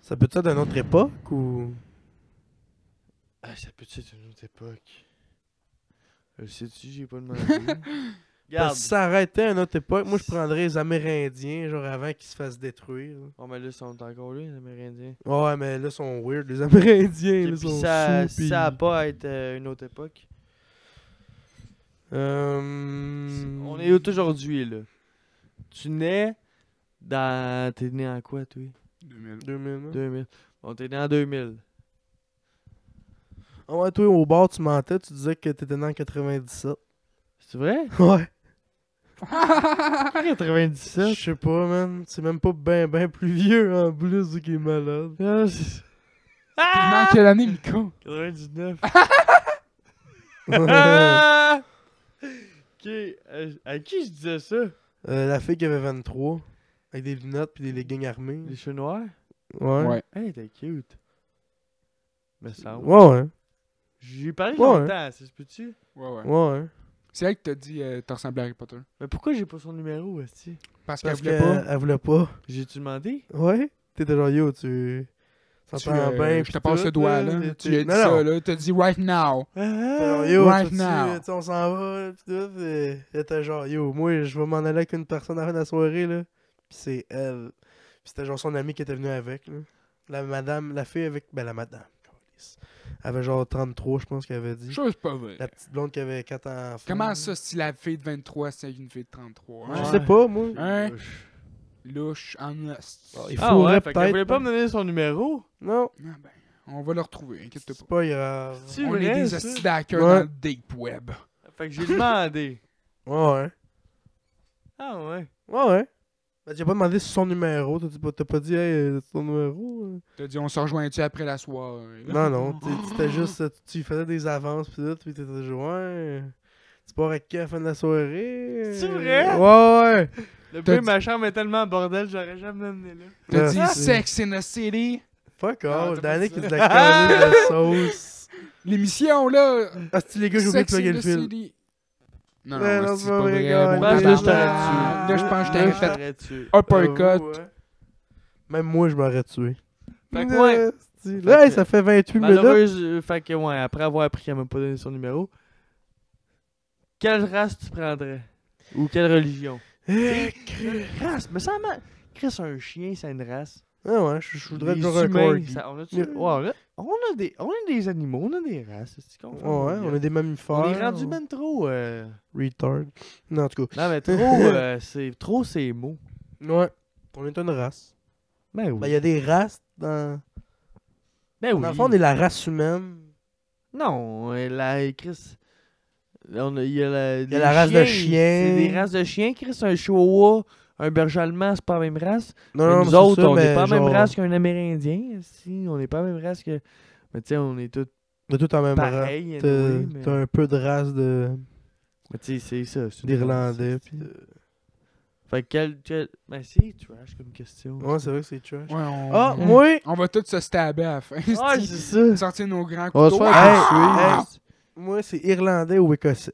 B: Ça peut être ça d'une autre époque ou.
C: Ah, ça peut être une autre époque. Je sais-tu, j'ai pas demandé. Regarde.
B: Parce que si ça arrêtait à une autre époque, moi je prendrais les Amérindiens, genre avant qu'ils se fassent détruire.
C: Oh, mais là, ils sont encore là, les Amérindiens.
B: Ouais, mais là, ils sont weird. Les Amérindiens,
C: Et
B: là,
C: puis
B: sont
C: ça,
B: sous, pis-
C: ça a pas à être euh, une autre époque.
B: Euh,
C: On est où aujourd'hui là Tu nais dans, t'es né en quoi, toi
B: Hein?
A: 2000.
B: 2000.
C: 2000. Bon, t'es né en 2000.
B: Ah ouais, toi, au bar, tu mentais, tu disais que t'étais né en 97.
C: C'est vrai
B: Ouais.
C: 97.
B: Je sais pas, man. C'est même pas ben, ben plus vieux en plus du qui est malade.
C: Ah, c'est-
A: Il manque quelle année, Nico
C: 99.
B: Euh,
C: Ah! ok. euh, À qui je disais ça?
B: Euh, la fille qui avait 23, avec des lunettes puis des leggings armés.
C: Les cheveux noirs?
B: Ouais. Ouais,
A: Ouais.
C: Hey, t'es cute. Mais ça.
B: ouais.
C: J'ai parlé
B: Ouais,
C: longtemps, ça se peut-tu?
A: Ouais, ouais.
B: Ouais, ouais.
A: C'est elle qui t'a dit, euh, t'as ressemblé à Harry Potter.
C: Mais pourquoi j'ai pas son numéro, aussi?
A: Parce qu'elle
B: Parce
A: voulait
B: qu'elle
A: pas.
B: elle voulait pas.
C: J'ai-tu demandé?
B: Ouais. T'étais genre, yo, tu. Ça
A: Tu,
B: prend
A: euh,
B: bien.
A: je
B: pis
A: te passe
B: tout,
A: le doigt, là.
B: t'es-
A: Tu lui as
B: t'es-
A: dit
B: Non, non.
A: ça, là. T'as dit right now.
B: T'es
C: Ah!
B: genre, yo,
A: Right
B: tu- tu-
A: now.
B: tu- on s'en va, pis tout. pis elle était genre, yo, moi, je vais m'en aller avec une personne avant la soirée, là. Pis c'est elle. Pis c'était genre son ami qui était venu avec, là. La madame, la fille avec. Ben, la madame. câlisse. Elle avait genre 33, je pense qu'elle avait dit.
A: Chose pas vraie.
B: La petite blonde qui avait 4 enfants.
A: Comment ça, si la fille de 23, c'est une fille de 33?
B: Je
A: hein?
B: sais pas, moi.
A: Hein?
C: Ah,
A: Louche, en os.
B: Il
C: ah
B: faudrait
C: ouais, fait qu'elle voulait
B: peut-être.
C: pas me donner son numéro?
B: Non,
A: Ah ben, on va le retrouver, inquiète
B: c'est
A: pas.
B: pas grave.
C: C'est
A: On
C: vrai,
A: est des
C: ça?
A: hosties d'hackers
B: Ouais.
A: dans le deep web.
C: Fait que j'ai demandé.
B: Ouais, ouais.
C: Ah ouais.
B: Ouais, ouais. Ben, t'as pas demandé son numéro. T'as dit pas- t'as pas dit, hey, c'est ton numéro. euh?
A: T'as dit, on se rejoint-tu après la soirée?
B: Non, non. tu- C'était juste, euh, tu tu faisais des avances pis tout, pis t'étais genre, ouais. Tu pars avec qui à la fin de la soirée?
C: C'est vrai?
B: Ouais, ouais.
C: Le
A: T'as
C: pire,
A: dit-
C: ma chambre est tellement en bordel, j'aurais jamais amené là.
A: T'as
B: Ah,
A: dit
B: c'est-
A: Sex in the City?
B: Fuck
A: Ah, t'as
B: all.
A: pas
B: Danick,
A: dit
B: il
A: ça.
B: te la calée de sauce.
A: L'émission, là!
B: Ah, c'est les gars, j'ai oublié de
A: Sex
B: plugger
A: in
B: le
A: the
B: fil.
A: City. Non,
B: Ouais,
A: non,
B: non,
A: c'est
B: c'est
A: pas
B: pas vrai,
A: vrai.
B: gars.
A: mon
B: Là,
C: Là,
A: tabarnak.
B: je t'aurais
A: Ah,
B: tué.
A: Là, je pense que je
C: Là,
A: t'aurais
C: je
A: fait
C: t'aurais tué.
A: uppercut.
B: J'avoue, ouais. Même moi, je m'aurais tué.
C: Fait que ouais.
B: Asti, Là,
C: Fait
B: hey,
C: que-
B: ça fait 28 minutes.
C: Malheureuse, euh, fait que ouais, après avoir appris qu'elle m'a pas donné son numéro, quelle race tu prendrais Ou quelle religion
B: Eh,
C: Quelle race Mais ça m'a. Chris, un chien, c'est une race.
B: Ah ouais, je, je voudrais
C: Les
B: toujours un
C: humains,
B: corgi.
C: ça- on, a-tu-
B: Mais-
C: ouais, on, a, on a des, on a des animaux, on a des races. C'est qu'on
B: Ouais, on est des mammifères.
C: on est rendu même trop. euh,
B: Retard. Non, en tout cas.
C: Non, mais trop, euh, c'est trop ces mots.
B: Ouais. On est une race.
C: Ben oui.
B: Ben, il y a des races dans.
C: ben oui.
B: Dans le fond, on est la race humaine.
C: Non, euh, la Chris. On a- Il y a la,
B: y a la race de chiens.
C: C'est des races de chiens, Chris. Un Chihuahua, un berger allemand, c'est pas la même race.
B: Non,
C: Mais
B: non,
C: nous
B: c'est
C: autres,
B: ça,
C: on n'est
B: mais
C: pas la même
B: genre,
C: race qu'un Amérindien. Si, on n'est pas la même race que. Mais tu sais, on est tous
B: On est tous en même race.
C: pareils.
B: T'as
C: anyway, mais
B: t'as un peu de race de...
C: mais tu sais, c'est ça. c'est une
B: d'Irlandais.
C: race,
B: Pis...
C: c'est- Fait que quel. quel... Ben, c'est trash comme question.
B: Ouais, c'est vrai que c'est trash.
A: Ouais, on...
B: Ah, moi!
A: on va tous se stabber à la fin.
C: Ouais,
A: esti.
C: Ah, c'est ça.
A: Sortir nos grands
C: On va se
A: couteaux.
C: faire
A: Ah,
C: poursuivre.
B: Moi, c'est Irlandais ou Écossais.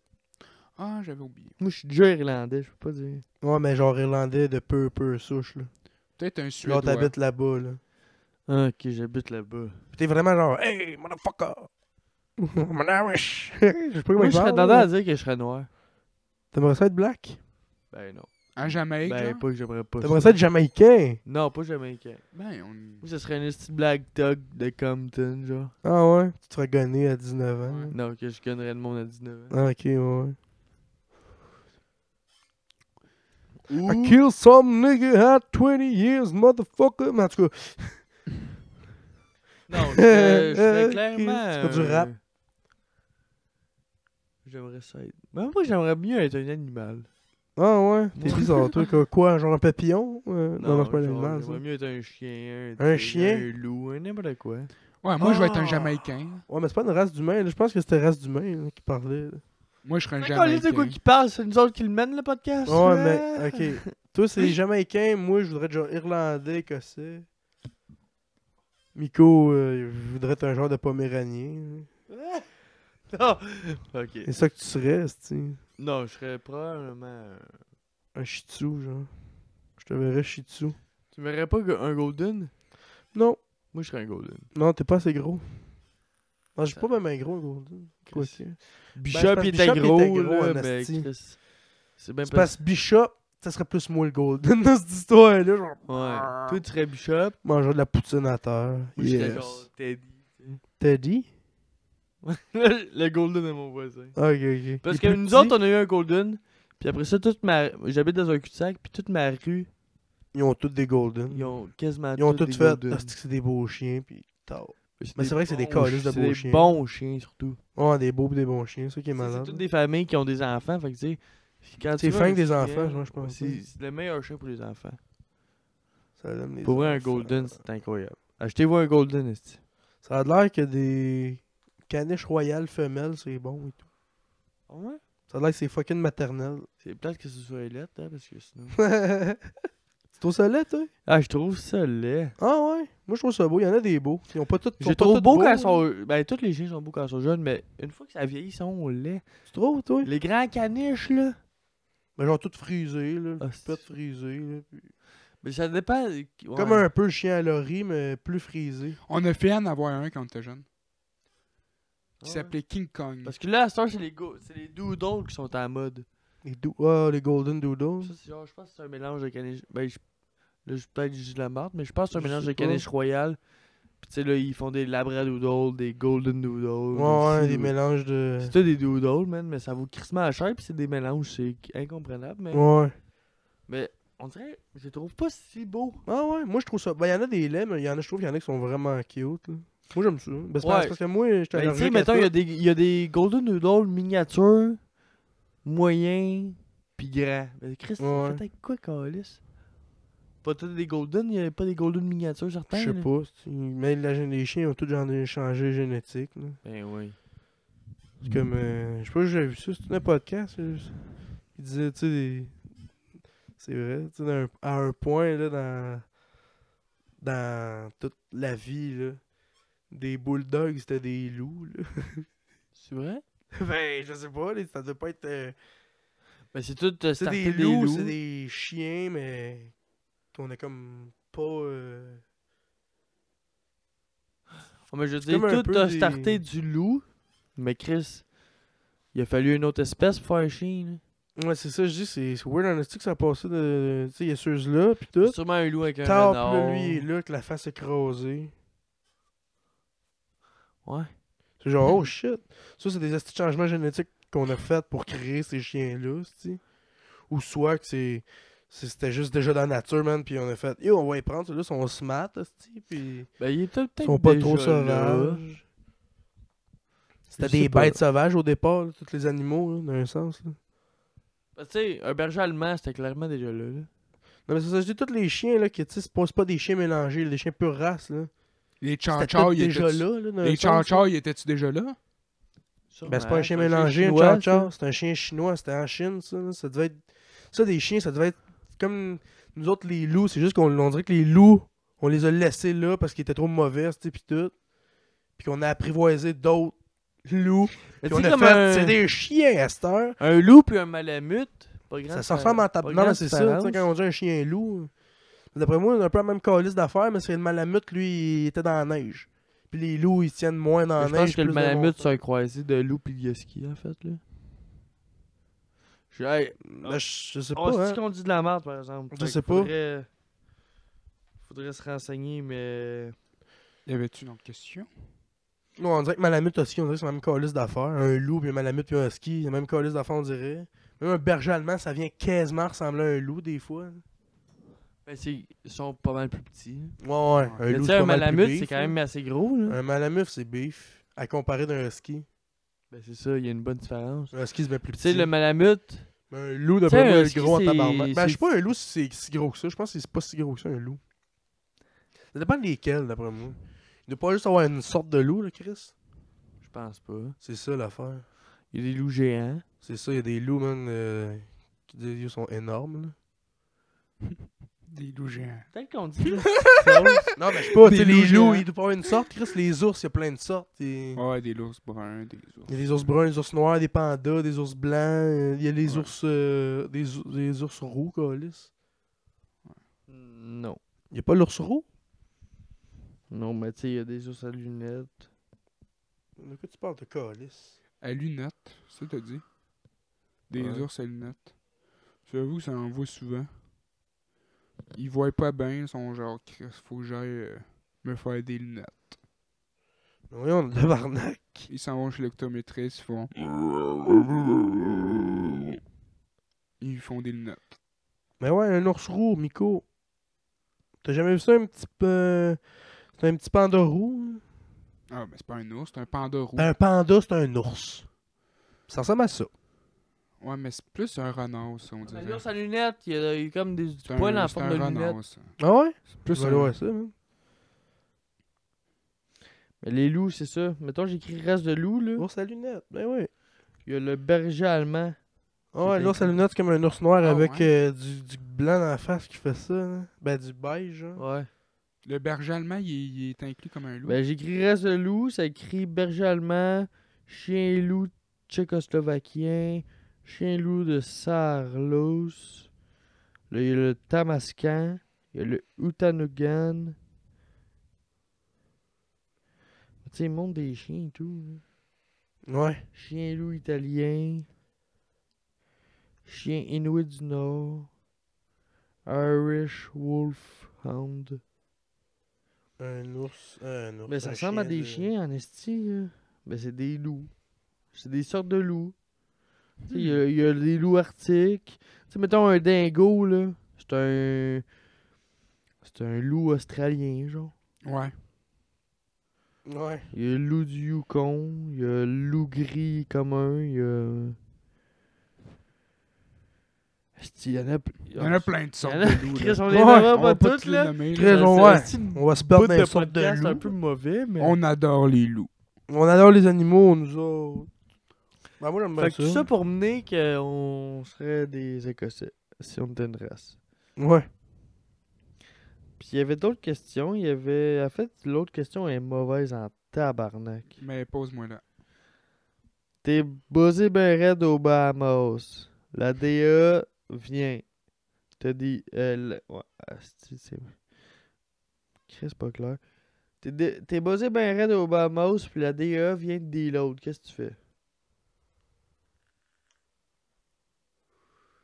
A: Ah, j'avais oublié.
C: Moi, je suis déjà Irlandais, je peux pas dire.
B: Ouais, mais genre Irlandais de peu, peu souche, là.
A: Peut-être un
B: Genre,
A: Suédois.
B: t'habites là-bas, là.
C: Ah, ok, j'habite là-bas.
B: Pis t'es vraiment genre, hey, motherfucker! I'm an Irish! je sais pas comment
C: Moi,
B: il
C: je serais
B: parle.
C: tendant à
B: là.
C: dire que je serais noir.
B: T'aimerais ça être black?
C: Ben non.
A: En Jamaïque,
C: Ben,
A: genre?
C: pas que j'aimerais pas.
B: T'aimerais ça être jamaïcain?
C: Non, pas jamaïcain.
A: Ben, on...
C: Moi, ce serait une petite blague dog de Compton, genre.
B: Ah ouais? Tu te ferais gonner à 19 ans. là.
C: Non, que je connais le monde à 19 ans.
B: Ah, ok, ouais. I killed some nigga at 20 years, motherfucker. Mais en tout cas,
C: Non, c'était
B: Euh,
C: c'était clairement.
B: c'est pas du rap.
C: euh, J'aimerais ça être. Mais moi, j'aimerais mieux être un animal.
B: ah ouais, t'es
C: Ouais.
B: bizarre, toi. quoi- Quoi, genre un papillon Euh, Non, non, c'est pas un
C: genre,
B: animal, ça.
C: J'aimerais mieux être un chien,
B: Un
C: tigre,
B: chien?
C: un loup, un n'importe quoi.
A: Ouais, moi, je vais être
C: Ah.
A: un Jamaïcain.
B: Ouais, mais c'est pas une race d'humains. là. Je pense que c'était race d'humains là, qui parlait. là.
A: Moi, je serais un
C: D'accord, c'est quoi
A: Jamaïcain.
C: qui parle C'est nous autres qui le mènent le podcast.
B: Ouais,
C: là?
B: mais ok. Toi, c'est Jamaïcain. Moi, je voudrais être genre Irlandais, Écossais. Miko, euh, je voudrais être un genre de Poméranien.
C: non. Ok.
B: C'est ça que tu serais, tu
C: Non, je serais probablement. euh,
B: Un Shih Tzu, genre. Je te verrais Shih Tzu.
C: Tu verrais pas que- un golden
B: Non,
C: Moi, je serais un golden.
B: non, t'es pas assez gros. Non, j'ai
C: Ça-
B: pas même un gros gros. Quoi que.
C: Bishop,
B: Ben, parce
C: il
B: que
C: était
B: Bishop, il était
C: gros,
B: gros,
C: là,
B: en
C: mais
B: esti.
C: Chris, C'est bien
B: C'est parce que Bishop, ça serait plus moi le golden dans cette histoire-là. Genre,
C: Ouais. Toi, tu serais Bishop.
B: manger de la poutine à terre.
C: Moi, je serais
B: yes.
C: genre Teddy.
B: T'as dit?
C: le golden est mon voisin.
B: Ok, ok.
C: Parce
B: Les
C: que
B: plus
C: nous
B: petits,
C: autres, on a eu un golden. Puis après ça, toute ma... j'habite dans un cul-de-sac. Puis toute ma rue,
B: ils ont tous des golden.
C: ils ont quasiment
B: Ils ont
C: tous
B: tout
C: des
B: fait.
C: golden.
B: Parce que c'est des beaux chiens. Puis, tard.
C: des
B: c'est vrai que c'est des
C: bons
B: calices de
C: chi-
B: beaux
C: c'est
B: chiens.
C: des bons chiens, surtout.
B: Ouais, des beaux pis des bons chiens, c'est ça qui est
C: Tu sais, C'est
B: malade.
C: toutes des familles qui ont des enfants. Fait que tu sais. puis quand
B: C'est
C: tu vois
B: fin
C: un
B: que des
C: chien,
B: enfants, moi, je pense.
C: C'est c'est le meilleur chien pour les enfants.
B: Ça donne des
C: Pour vrai, un
B: enfants.
C: golden, c'est incroyable. Achetez-vous un golden, esti.
B: Ça a l'air que des caniches royales femelles, c'est bon et tout.
C: Ouais.
B: Ça a l'air que c'est fucking maternel.
C: C'est peut-être que ce soit laid, hein, parce que sinon.
B: c'est au hein? soleil, toi?
C: Ah, je trouve ça laid.
B: Ah ouais? Moi, je trouve ça beau. Il y en a des beaux. Ils ont pas toutes. ils
C: Je
B: sont pas
C: trouve
B: toutes
C: beau
B: beaux,
C: quand
B: là.
C: ils sont. Ben, tous les chiens sont beaux quand ils sont jeunes, mais une fois que ça vieillit, ils sont laids.
B: Tu trouves, toi?
C: Les grands caniches, là.
B: Mais genre toutes frisées, là.
C: Ah,
B: le
C: c'est-
B: Pas frisé, là. puis-
C: Mais ça dépend. ouais.
B: Comme un peu le chien à Laurie, mais plus frisé.
A: On a fait en avoir un quand on était jeune.
C: Ah ouais.
A: Qui s'appelait King Kong.
C: Parce que là, à cette heure, c'est les, go- c'est les doodles qui sont en mode.
B: Les, dou- ah, les Golden Doodles.
C: Ça, c'est genre, je pense que c'est un mélange de caniches. Ben, je... là, je peut-être juste la marde, mais je pense que c'est un
B: Je
C: mélange
B: sais
C: de
B: pas.
C: caniches royales. Puis, tu sais, là, ils font des labradoodles, des golden doodles.
B: Ouais, ouais,
C: aussi,
B: des
C: ou-
B: mélanges de.
C: C'est tout des doodles, man, mais ça vaut crissement à cher, puis c'est des mélanges, c'est incompréhensible, mais.
B: Ouais.
C: Mais on dirait, je les trouve pas si beaux.
B: Ah ouais, moi je trouve ça. Ben, il y en a des laits, mais il y en a, je trouve qu'il y en a qui sont vraiment cute. là. Moi j'aime ça. Ben, c'est pas-
C: Ouais.
B: c'est parce que moi, j'étais
C: Ben, tu sais,
B: allergique
C: mettons,
B: à
C: il y,
B: tout.
C: a des- il y a des Golden Doodle miniatures, moyens, pis grands. Mais Ben, Chris, c'est
B: Ouais.
C: fait avec quoi, Calis Pas tous des Golden, il y avait pas des Golden miniatures, certains.
B: Je sais
C: là.
B: pas. c'est- Mais la gène des chiens, ils ont tous genre des- changé génétique. là.
C: Ben oui.
B: C'est comme. euh, je sais pas si j'avais vu ça, c'était un podcast. euh, Il disait, tu sais, des- c'est vrai, tu sais, d'un- à un point, là, dans. Dans toute la vie, là, des bulldogs, c'était des loups, là.
C: C'est vrai
B: ben, je sais pas, là, ça doit pas être. euh,
C: Ben c'est tout. euh,
B: C'est
C: starté
B: des loups, c'est des chiens, mais qu'on a comme pas. euh,
C: Oh, mais je
B: C'est comme
C: veux
B: un
C: dire, tout
B: peu
C: a
B: des-
C: starté du loup, mais Chris, il a fallu une autre espèce pour faire un chien. là.
B: Ouais, c'est ça, je dis, c'est c'est weird en esti que ça a passé de. Tu sais, il y a ceux-là, pis tout.
C: C'est sûrement un loup avec un
B: Tard,
C: renard.
B: pis là, lui, il est là, que la face est creusée.
C: Ouais.
B: C'est genre, oh shit. Ça, c'est des esti de changements génétiques qu'on a fait pour créer ces chiens-là, tu Ou soit que c'est. c'est- C'était juste déjà dans la nature, man, pis on a fait, yo, on va y prendre, ceux-là sont smart, esti, pis.
C: Ben, il est peut-être
B: Ils sont pas
C: déjà
B: trop
C: là.
B: sauvages. C'était
C: Je sais
B: des
C: pas.
B: bêtes sauvages au départ, là, tous les animaux, là, d'un sens, là.
C: Ben, tu sais, un berger allemand, c'était clairement déjà là.
B: Ben,
C: là.
B: Non, mais c'est ça, je dis tous les chiens, là, qui, tu sais, c'est pas c'est pas des chiens mélangés, des chiens pure race, là.
A: Les
B: C'était
A: Chow-Chow,
B: tous
A: ils
B: déjà
A: étaient-tu-
B: là, là,
C: euh,
B: dans le
A: Les
B: sens,
A: Chow-Chow, ils étaient-tu déjà là?
B: là. Ben, c'est pas
C: Sûrement,
B: un chien
C: c'est
B: mélangé, un
C: chinois,
B: chow
C: ça.
B: chow. C'est un chien chinois, c'était en Chine, ça. là. Ça devait être. Ça, des chiens, ça devait être comme nous autres, les loups. C'est juste qu'on on dirait que les loups, on les a laissés là parce qu'ils étaient trop mauvais, tu sais, pis tout. Pis qu'on a apprivoisé d'autres loups.
C: Mais tu
B: Pis on
C: sais,
B: a
C: comme
B: fait.
C: un-
B: C'est des chiens à cette heure.
C: Un loup puis un malamute. Pas grand
B: Ça se ressemble en
C: pas
B: table. Non,
C: grande
B: mais c'est ça, tu
C: différence.
B: sais, quand on dit un chien loup. D'après moi, on a un peu la même calice d'affaires, mais c'est le malamute, lui, il était dans la neige. Puis les loups, ils tiennent moins dans
C: Mais
B: la
C: Je
B: neige.
C: pense que le
B: plus dans
C: malamute,
B: mon-
C: c'est un croisé de loup puis de yoski, en fait. là. Je... Hey,
B: Ben, je je sais pas.
C: on se
B: hein.
C: dit qu'on dit de la merde, par exemple.
B: Je
C: Fait
B: sais
C: que Faudrait... faudrait se renseigner, mais.
A: Y avait-tu une autre question?
B: Ouais, on dirait que Malamute aussi, on dirait que c'est la même calice d'affaires. Un loup, puis un Malamute, puis un husky, la même calice d'affaires, on dirait. Même un berger allemand, ça vient quasiment ressembler à un loup des fois. là.
C: Ben, c'est- ils sont pas mal plus petits.
B: Ouais, ouais.
A: Mais
B: Un
C: Mais
B: loup,
C: tu
B: c'est
C: sais, un
B: pas mal plus
C: malamute,
B: beef,
C: c'est quand
B: là.
C: même assez gros, là.
B: Un malamute, c'est beef. À comparer d'un husky.
C: Ben, c'est ça, il y a une bonne différence.
B: Un husky, c'est bien plus
C: Tu
B: petit.
C: sais, le malamute,
B: Mais Un loup, de
C: T'sais,
B: moi,
C: un
B: le gros en
C: husky,
B: tabarnak.
C: c'est-
B: Ben, je
C: c'est-
B: sais pas, un loup, c'est si gros que ça. Je pense que c'est pas si gros que ça, un loup. Ça dépend de lesquels, d'après moi. Il doit pas juste avoir une sorte de loup, là, Chris.
C: je pense pas.
B: C'est ça, l'affaire.
C: Il y a des loups géants.
B: C'est ça, il y a des loups, man, euh, qui des yeux sont énormes, là.
A: Des loups géants.
C: Peut-être qu'on dit.
B: Non, mais je euh, sais pas,
A: Des
B: t'sais,
A: loups
B: les
A: géants.
B: loups, il doit pas avoir une sorte. Chris, les ours, il y a plein de sortes. et-
A: Ouais, des loups bruns, des ours.
B: Il y a des ours bruns, des ours noirs, des pandas, des ours blancs, euh, il y a les
A: Ouais.
B: ours euh, des, ou- des ours roux, câlisse.
C: non.
B: Il y a pas l'ours roux
C: Non, mais tu sais, il y a des ours à lunettes.
B: De quoi tu parles de câlisse
A: À lunettes, ça t'as dit. Des
C: Ouais.
A: ours à lunettes. J'avoue que ça en voit souvent. Ils voient pas bien, ils sont genre, Chris, faut que j'aille euh, me faire des lunettes.
B: Voyons, le tabarnak.
A: Ils s'en vont chez l'optométriste, ils font. Ils font des lunettes.
B: Mais ouais, un ours roux, Miko. T'as jamais vu ça, un petit. peu- C'est un petit panda roux hein?
A: Ah, mais c'est pas un ours, c'est un panda roux.
C: Hein?
B: Ben, Un panda, c'est un ours. Ça ressemble à ça.
A: Ouais, mais c'est plus un renard, ça, on dirait.
C: Les ours à lunettes, il y a, il y a comme des, du
A: C'est un,
C: poil en
A: c'est
C: forme
A: un
C: de lunettes.
A: renard, ça.
B: Ah ouais
A: C'est plus
B: Je vais
A: un.
B: aller voir ça, hein. man.
C: Mais les loups, c'est ça. Mettons, j'écris reste de loup, là.
B: Ours à lunettes, ben ouais.
C: Il y a le berger allemand.
B: Ah ouais,
C: C'est
B: l'ours à lunettes, c'est comme un ours noir
A: Ah
B: avec
A: ouais?
B: euh, du, du blanc dans la face qui fait ça. là. Ben, du beige, genre.
C: Ouais.
A: Le berger allemand, il, est- il est inclus comme un loup.
C: Ben, j'écris reste de loup, ça écrit berger allemand, chien loup tchécoslovaquien, chien loup de Sarlos. Là, il y a le Tamascan, il y a le Outanogan. Tu sais, ils montrent des chiens et tout. là.
B: Ouais.
C: Chien loup italien. Chien inuit du Nord. Irish Wolfhound.
B: Un ours. euh, un ours.
C: Mais Ben, ça
B: un
C: ressemble à
B: chien
C: des
B: de-
C: chiens en esti. là. Mais c'est des loups. C'est des sortes de loups. Tu sais,
A: Hmm.
C: euh, Il y, a- il y
B: Hmm.
C: a des loups arctiques. Tu sais, mettons un dingo, là. C'est un. C'est un loup australien, genre.
A: Ouais.
B: Ouais.
C: Il y a le loup du Yukon, il y a le loup gris commun, il y a. Esti, Il y en a. pl-
A: Il y en a plein de sortes
C: Il y en a-
A: de loups.
C: Chris,
A: là.
C: on
B: Ouais,
C: les verra
A: On va
C: pas
A: pas
C: toutes,
A: tous les
C: là.
A: nommer,
B: Très
A: là.
B: long,
C: C'est
B: ouais.
C: un petit
B: On va se
C: bout
B: perdre dans
C: de
B: une sorte de
C: podcast
B: loup.
C: un peu mauvais, mais.
A: On adore les loups.
B: On adore les animaux, nous autres. Ben, moi, j'aime bien
C: Fait que
B: ça.
C: tout ça pour mener qu'on serait des Écossais, si on était une race.
B: Ouais.
C: Puis il y avait d'autres questions. Il y avait. En fait, l'autre question est mauvaise en tabarnak.
A: Mais pose-moi là.
C: T'es buzzé ben raide au Bahamas. La DA vient. T'as dit. Euh, le- Ouais, asti, c'est. Chris, c'est pas clair. T'es, dé- t'es buzzé ben raide au Bahamas, puis la DA vient te deal l'autre. Qu'est-ce que tu fais?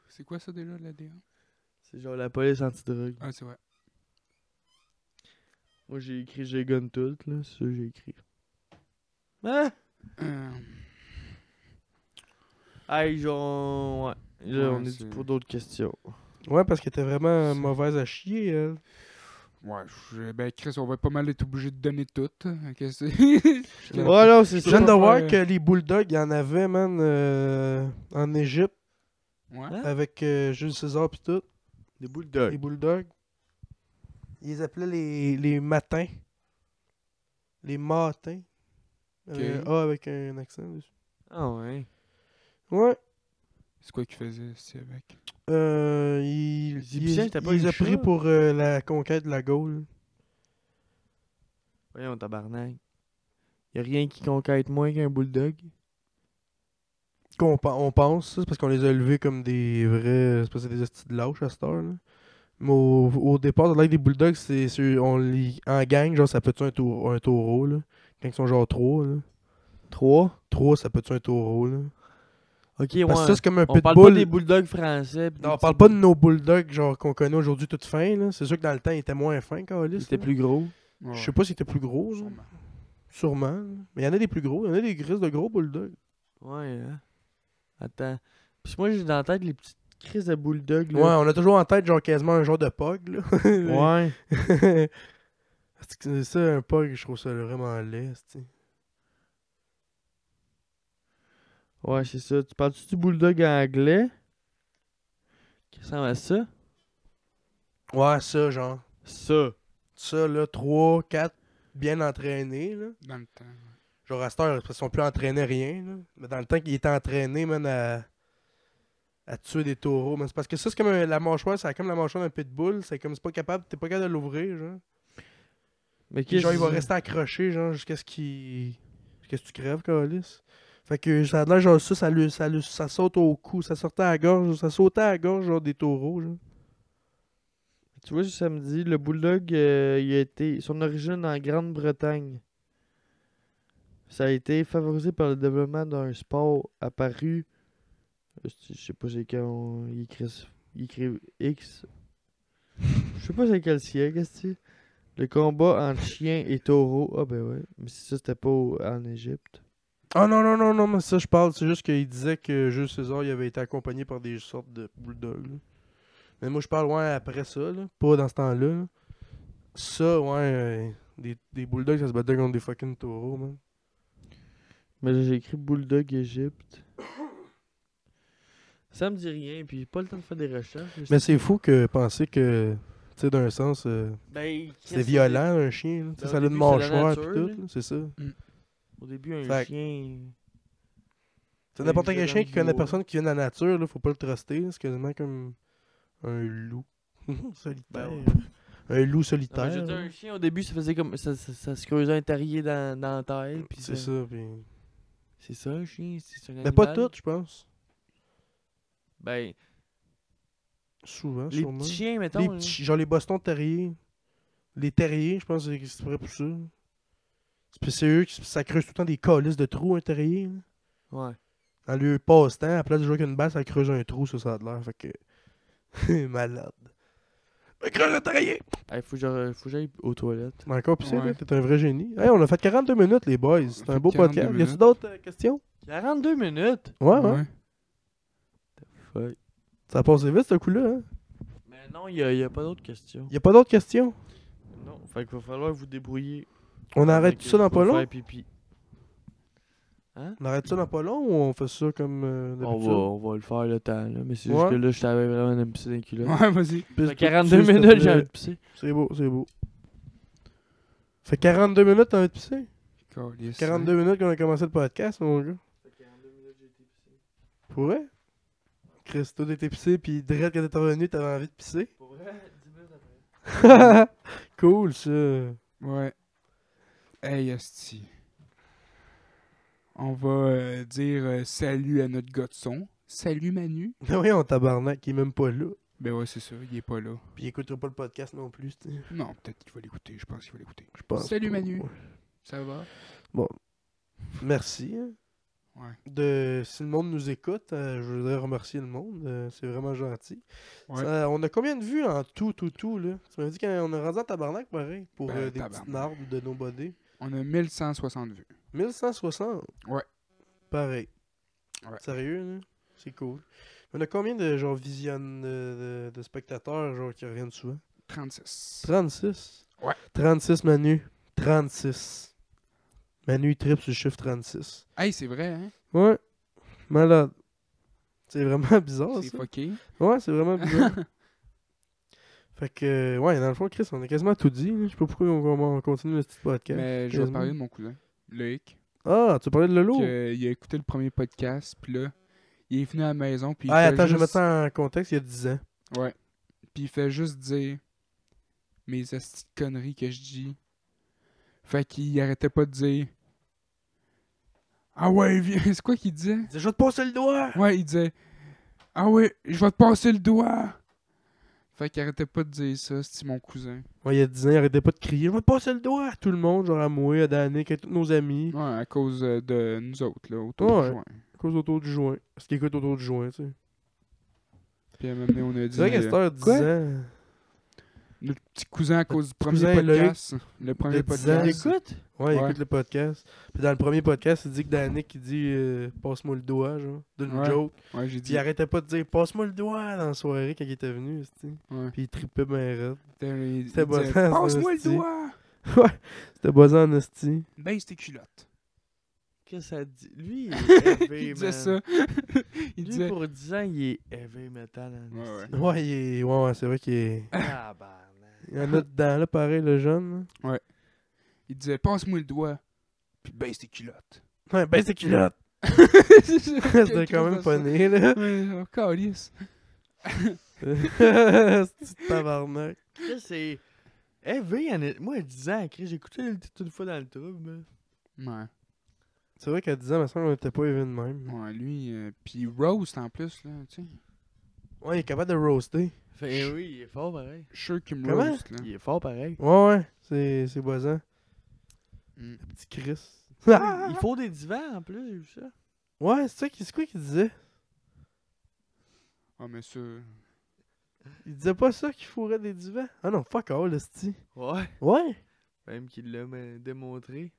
A: C'est quoi ça déjà, l'ADN?
C: C'est genre la police antidrogue.
A: Ah, c'est vrai.
C: Moi, j'ai écrit j'ai gun tout, là. C'est ça que j'ai écrit. Hein?
A: Euh,
C: Hey, genre. Ouais. Là,
A: Ouais,
C: on est,
A: c'est-
C: dû pour d'autres questions.
B: Ouais, parce qu'elle était vraiment mauvaise à chier, elle.
A: Ouais, je- ben Chris, on va pas mal être obligé de donner tout. hein, Qu'est-ce que c'est?
B: Ouais.
C: Ouais, non, c'est
B: Je
A: peux
C: ça.
B: viens de
A: pas
B: voir
A: faire-
B: que les bulldogs, il y en avait, man, euh, en Égypte,
A: Ouais.
C: Hein?
B: avec euh, Jules César pis tout.
C: Des boules de
B: Les bulldogs. Ils les appelaient les, les matins. Les matins. Avec
A: Ok.
B: un A avec un accent dessus.
C: Ah ouais.
B: Ouais.
A: C'est quoi qu'ils faisaient, c'est avec?
B: Euh, il,
C: Les Égyptiens,
B: il-
C: t'as pas
B: il
C: eu
B: les
C: le
B: a pris
C: choix?
B: pour euh, la conquête de la Gaule.
C: Voyons, tabarnak. Y a rien qui conquête moins qu'un bulldog.
B: Qu'on pen- on pense, ça, c'est parce qu'on les a élevés comme des vrais. C'est parce que c'est des hosties de lâches à cette heure. Là. Mais au, au départ, de des bulldogs, c'est ceux- on les en gang, genre ça peut tuer un, tau- un taureau là. Quand ils sont genre trois, là.
C: 3.
B: Trois, ça peut tuer un taureau là.
C: Ok, ouais.
B: Parce que ça, c'est comme un
C: on
B: pitbull.
C: parle pas des bulldogs français. pis
B: Non, on
C: des
B: parle
C: petits
B: pas de
C: bull-
B: nos bulldogs genre qu'on connaît aujourd'hui toute fin là. C'est sûr que dans le temps, ils étaient moins fins,
C: Ils
B: Calis.
C: étaient plus gros.
A: Ouais, bah,
B: Je sais pas s'ils étaient plus gros, genre.
A: sûrement.
B: sûrement. là. Mais il y en a des plus gros, il y en a des grises de gros bulldogs.
C: Ouais, hein. Attends. Puis moi, j'ai dans la tête les petites crises de bulldog.
B: Ouais,
C: Là.
B: on a toujours en tête, genre, quasiment un genre de pog, là.
C: Ouais.
B: Parce que c'est ça, un pog, je trouve ça vraiment laid, c'est-tu.
C: Ouais, c'est ça. Tu parles-tu du bulldog anglais Qui ressemble à ça
B: Ouais, ça, genre.
C: Ça.
B: Ça, là, 3, 4, bien entraînés, là.
A: Dans le temps. ouais.
B: Genre, à cette heure, parce qu'ils sont plus entraînés rien, là. Mais dans le temps qu'ils étaient entraînés, man, à... à tuer des taureaux, man. C'est parce que ça, c'est comme un- la mâchoire, c'est comme la mâchoire d'un pitbull. C'est comme, c'est pas capable, t'es pas capable de l'ouvrir, genre.
C: Mais
B: Puis
C: qu'est-ce
B: genre, il va
C: que-
B: rester accroché, genre, jusqu'à ce qu'il. Jusqu'à ce que tu crèves, Calis. Fait que ça a l'air, genre, ça, ça, lui- ça, lui- ça saute au cou, ça sortait à la gorge, ça sautait à la gorge, genre, des taureaux, genre.
C: Tu vois, ce samedi, le bulldog, euh, il a été. Son origine en Grande-Bretagne. Ça a été favorisé par le développement d'un sport apparu. euh, Je sais pas c'est quand on- ils écrivent, ils écrivent X. Je sais pas c'est quel siècle, est-ce que c'est? Le combat entre chiens et taureaux. Ah ben ouais. Mais si ça c'était pas au- en Égypte.
B: Ah non, non, non, non, mais ça, je parle. C'est juste qu'il disait que Jules César, il avait été accompagné par des sortes de bulldogs. là. Mais moi, je parle, ouais, après ça, là, pas dans ce temps-là. là. Ça, ouais, euh, des, des bulldogs, ça se battait contre des fucking taureaux, man.
C: Mais là, j'ai écrit bulldog Égypte. Ça me dit rien, puis j'ai pas le temps de faire des recherches.
B: Mais c'est fou que penser que, tu sais, d'un sens, euh,
C: Ben,
B: c'est
C: qu'est-ce que-
B: violent, un chien. là. Tu sais,
C: Ben,
B: ça
C: au
B: a une
C: début, c'est la
B: mâchoire, pis
C: nature,
B: tout,
C: là.
B: là, c'est ça.
C: Au début, un
B: Fait que-
C: chien.
B: C'est
C: Ouais,
B: n'importe
C: il vit
B: quel
C: dans
B: chien
C: le
B: qui connaît
C: bois.
B: personne qui vient de la nature, là, faut pas le truster, là, c'est quasiment comme un loup solitaire.
C: Ben ouais.
B: Un
C: Non, Ah,
B: loup
C: mais
B: solitaire.
C: je veux dire,
B: là.
C: un chien, au début, ça faisait comme. Ça, ça, ça se creusait un terrier dans, dans la terre. puis
B: C'est ça, pis...
C: C'est ça, un chien. C'est c'est un
B: Mais pas
C: animal.
B: toutes, je pense.
C: Ben,
B: Souvent,
C: les
B: sûrement.
C: petits hein. chiens, mettons.
B: les
C: là.
B: petits, genre les Boston terriers. Les terriers, je pense que c'est vrai pour ça. C'est parce que c'est eux qui ça creuse tout le temps des colisses de trous, un terrier. là.
C: Ouais.
B: Dans le passe-temps, à la place de jouer avec une balle, ça creuse un trou, ça, ça a de l'air. Fait que. Malade. Mais creuse un terrier!
C: Hey, faut que j'aille- faut que j'aille aux toilettes.
B: Mais encore pis c'est,
A: Ouais.
B: là, t'es un vrai génie. Hey, on a fait 42 minutes, les boys. C'est
A: fait
B: un beau
A: 42
B: podcast. Y a-tu
A: minutes.
B: d'autres euh, questions?
C: 42 minutes!
B: Ouais, ouais,
C: Ouais.
B: Ça a passé vite, ce coup-là. Hein?
C: Mais non, il y a, y a pas d'autres questions.
B: Y a pas d'autres questions?
C: Non, fait qu'il va falloir vous débrouiller.
B: On arrête
C: Fait
B: tout
C: que
B: ça dans
C: je vais
B: pas long?
C: faire pipi.
B: On arrête ça dans pas long ou on fait ça comme euh,
C: On va, on va le faire le temps, là. Mais c'est
B: Ouais.
C: juste que là, je t'avais vraiment de me pisser dans les culottes.
A: Ouais, vas-y.
C: Ça
B: d'habitude?
C: fait 42
B: S'il te
C: minutes, j'ai
B: plaît.
C: envie de pisser.
B: C'est beau, c'est beau. Ça fait 42 minutes t'as envie de pisser?
A: Calisse, hein.
B: 42 minutes qu'on a commencé le podcast, mon gars. Pour vrai? Chris, toi t'étais pissé, puis direct quand t'es revenu, t'avais envie de pisser. cool, ça.
A: Ouais. Hey, Esti. On va euh, dire euh, salut à notre gars de son. Salut Manu.
B: Mais oui, on tabarnak, il est même pas là.
A: Ben ouais, c'est ça, il est pas là.
B: Puis il écoutera pas le podcast non plus, tu sais.
A: Non, peut-être qu'il va l'écouter, je pense qu'il va l'écouter.
B: Je pense.
A: Salut,
B: pas.
A: Manu. Ça va?
B: Merci. hein.
A: Ouais.
B: De, si le monde nous écoute, euh, je voudrais remercier le monde. euh, c'est vraiment gentil.
A: Ouais.
B: Ça- on a combien de vues en tout, tout, tout, là? Tu m'as dit qu'on a rendu en tabarnak, pareil, pour
A: Ben,
B: euh, des
A: tabarnak.
B: petites narbes de nos body.
A: On a 1160 vues.
B: 1160.
A: Ouais.
B: Pareil.
A: Ouais.
B: Sérieux, là? C'est cool. On a combien de genre visionne de, de- de spectateurs genre qui reviennent souvent?
A: 36.
B: 36?
A: Ouais.
B: 36, Manu. 36. Manu, il tripe sur le chiffre 36.
A: Hey, c'est vrai, hein?
B: Ouais. Malade. C'est vraiment bizarre,
A: c'est
B: ça.
A: fucké.
B: Ouais, c'est vraiment bizarre. fait que, euh, ouais, dans le fond, Chris, on a quasiment tout dit. là. Je sais pas pourquoi on, on- on continue notre petit podcast.
A: Mais je vais
B: quasiment.
A: parler de mon cousin, Loïc.
B: Ah, tu parlais de Lolo?
A: que, euh, il a écouté le premier podcast, puis là, il est venu à la maison, puis il fait
B: Ah, attends, je
A: juste...
B: vais mettre ça en contexte, il y a 10 ans.
A: Ouais. Puis il fait juste dire mes astis de conneries que je dis. Fait qu'il arrêtait pas de dire. Ah ouais, viens. C'est quoi qu'il disait?
B: Il disait, je vais te passer le doigt!
A: Ouais, il disait. Ah ouais, je vais te passer le doigt! Fait qu'il arrêtait pas de dire ça, c'est mon cousin.
B: Ouais, il y a 10 ans, il arrêtait pas de crier, je vais te passer le doigt! à Tout le monde, genre à moi, à Danick, à tous nos amis,
A: Ouais, à cause euh, de nous autres, là, autour
B: Ouais.
A: du joint.
B: à cause autour du joint. Parce qu'il écoute autour du joint, tu sais.
A: Puis à un moment donné, on a dit.
B: C'est vrai qu'à cette
A: euh,
B: heure, 10
A: Quoi?
B: ans.
A: notre petit cousin à cause du premier
B: cousin, Loïc,
A: podcast. Le premier
B: de 10 ans.
C: Il
A: podcast.
C: écoute?
B: Ouais, il
A: Ouais.
B: écoute le podcast. Puis dans le premier podcast, il dit que Danick, il dit euh, Passe-moi le doigt, genre, d'une
A: Ouais.
B: joke.
A: Ouais, j'ai
B: Puis il
A: dit.
B: arrêtait pas de dire Passe-moi le doigt dans la soirée quand il était venu, tu sais.
A: Ouais.
B: Puis il tripait ben raide.
A: Il- il disait,
B: C'était bon, ça,
A: Passe-moi le
B: c'est-
A: doigt! Ben,
B: C'était basé en hostie.
A: Baisse tes culottes.
C: Qu'est-ce que ça dit? Lui, il est
B: Ben,
C: heavy,
A: Il disait
C: man.
A: ça. Il
C: Lui,
A: disait.
C: pour 10 ans, il est heavy metal. hein, en
A: Ouais, ouais.
C: esti.
B: Ouais, il est- ouais, ouais, c'est vrai qu'il est...
C: Tabarnak.
B: il y en a dedans, là, pareil, le jeune.
A: Il disait, passe-moi le doigt, puis ben, baisse tes culottes.
B: là. Ouais, ben c'est culotte. C'était
A: C'était
B: quand même pas né, là.
A: Ouais, oh, câlisse.
B: c'est tabarnak.
C: Chris, c'est heavy. en est- Moi, à 10 ans, Chris, j'écoutais le titre une fois dans le trouble. man.
A: Ouais,
B: C'est vrai qu'à 10 ans, ma soeur, on était pas even de même.
A: ouais, lui, euh, puis il roast en plus, là, tu sais.
B: Ouais, il est capable de roaster.
C: Fait oui, il est fort pareil.
A: Je suis sûr qu'il me
B: Comment?
A: roast, là.
C: Il est fort pareil.
B: Ouais, ouais, c'est, c'est basant.
A: Mm.
B: Petit Chris.
C: Il faut des divans en plus, j'ai vu ça.
B: Ouais, c'est ça, qui- c'est quoi qu'il disait?
A: Ah, mais ça.
B: Hein? Il disait pas ça qu'il fourrait des divans? Ah non, fuck all, hostie.
C: Ouais.
B: Ouais.
C: Même qu'il l'a mais, démontré.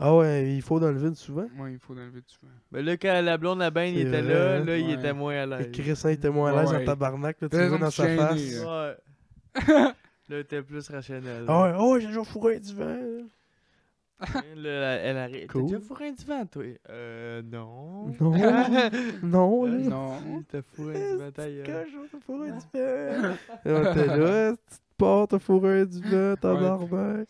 B: Ah ouais, il faut dans le vide souvent.
A: Ouais, il faut enlever du vent.
C: Mais là, quand la blonde la bain, il
B: C'est
C: était
B: vrai,
C: là,
B: hein?
C: là, il
A: Ouais.
C: était moins à
B: Et
C: l'aise.
B: Cressin était moins à l'aise
A: Ouais.
B: en tabarnak, là, tu
A: T'as
B: le vois
A: raison
B: dans
A: de
B: sa
A: te
B: face.
A: gêner, là.
C: Ouais. Là, il était plus rationnel.
B: Ah ouais, oh, j'ai toujours fourré un divan.
C: Là, elle- elle arrive.
B: Cool.
C: T'as déjà fourré un divan, toi? Euh, non.
B: Non. Non,
C: Ouais,
B: là.
A: Non.
C: T'as hein, fourré un divan, ta
B: Quand
C: gueule.
B: j'ai toujours fourré un divan. Et on était là, petite porte, t'as fourré un divan, tabarnak.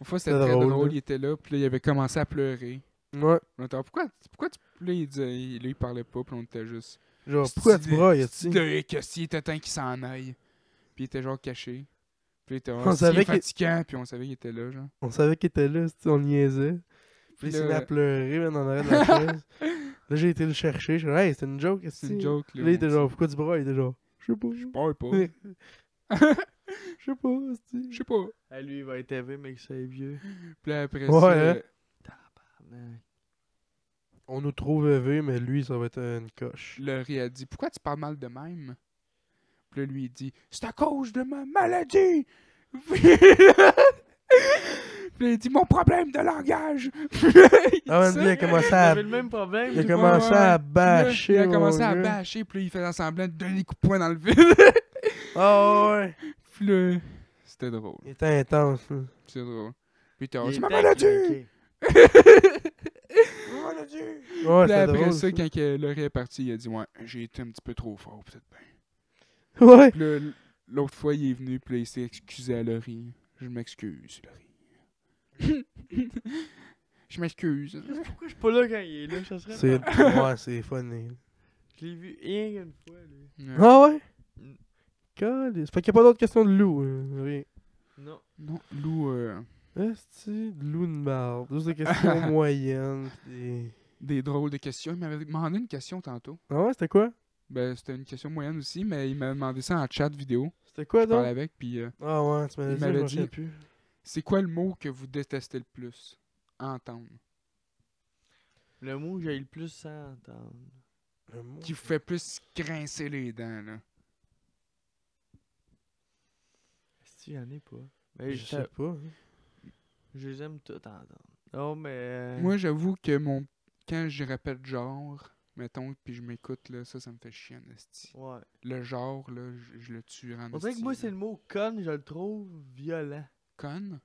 A: Une fois,
B: C'est
A: c'était très
B: drôle,
A: drôle,
B: là.
A: il était là, puis là, il avait commencé à pleurer.
B: Ouais.
A: On était, pourquoi, pourquoi tu. Puis là, il, disait, il, là, il parlait pas, puis on était juste.
B: Genre, Ah, pourquoi tu brailles,
A: tu
B: hostie?
A: Qu'est-ce qu'il était temps qu'il s'en aille? Puis il était genre caché. Puis il était
B: On
A: on
B: savait
A: savait
B: qu'il-
A: fatigant, puis on savait qu'il était là, genre.
B: On savait qu'il était là, hostie, on le niaisait. Puis
A: Puis
B: il s'est mis
A: là-
B: à pleurer, man, en arrêt de la chaise. Là, j'ai été le chercher, je suis hey, c'était une joke, hostie.
A: C'est une joke, là.
B: Là, il était
A: on
B: genre, pourquoi tu brailles? Il était genre, je sais pas,
A: dit, Je parle pas.
B: je sais pas, hostie.
A: Je sais pas.
C: Ah, lui, il va être élevé, mais que c'est vieux.
A: Puis là, après
B: Ouais,
A: ça,
B: hein.
C: Tabarnak.
B: On nous trouve élevés, mais lui, ça va être une coche.
A: Laurie a dit Pourquoi tu parles mal de même Puis là, lui, il dit C'est à cause de ma maladie Puis là, puis là, il dit Mon problème de langage Il
B: Ah, man,
A: dit ça.
B: lui, il a commencé à.
C: J'avais le même problème.
B: Il a
A: Ouais,
B: commencé
A: ouais,
B: à
A: ouais. Puis là,
B: bâcher.
A: Il a commencé
B: mon
A: à
B: gars.
A: bâcher, puis là, il faisait semblant de donner des coups de poing dans le vide.
B: Ah ouais.
A: puis là, c'était drôle.
B: Il était intense. là.
A: C'était drôle. Puis il était
C: Il
A: genre, C'est
C: était
A: ma maladie
C: craqué.
A: Ma maladie
B: Ouais,
A: Puis là,
B: c'était
A: après
B: drôle.
A: ça, quand que Laurie est partie, il a dit Ouais, j'ai été un petit peu trop fort, peut-être bien.
B: ça. Ouais.
A: Puis là, l'autre fois, il est venu, puis là, il s'est excusé à Laurie. Je m'excuse, Laurie. je m'excuse.
C: Pourquoi je suis pas là quand il est là? Ça serait.
B: C'est ouais, c'est funny.
C: Je l'ai vu rien qu'une fois, lui.
A: Ouais.
B: Ah ouais.
C: Mm.
B: Calice. Fait qu'il n'y a pas d'autres questions de loup. euh, Rien.
C: Non.
A: Non, Lou, euh,
B: Est-ce de loup de marde? Juste des questions moyennes. pis Des...
A: des drôles de questions. Il m'avait demandé une question tantôt.
B: Ah ouais, c'était quoi?
A: Ben, c'était une question moyenne aussi, mais il m'a demandé ça en chat vidéo.
B: C'était quoi
A: Je parlais
B: donc?
A: avec, puis euh,
B: Ah ouais, tu m'avais
A: Il
B: dit, je
A: m'avait
B: m'en
A: dit.
B: souviens plus.
A: c'est quoi le mot que vous détestez le plus Entendre.
C: Le mot que j'ai le plus sans entendre.
B: Le mot.
A: Qui vous fait plus grincer les dents, là.
C: Est-ce qu'il y en a pas? Ben,
B: Je
C: je,
B: sais pas. hein.
C: je les aime tout entendre. Non, mais. euh,
A: Moi, j'avoue que mon. Quand je répète genre, mettons, puis je m'écoute, là, ça, ça me fait chier, en esti.
C: Ouais.
A: Le genre, là, je, je le tue en
C: On dirait que
A: esti,
C: moi,
A: là.
C: c'est le mot con, je le trouve violent.
A: Conne?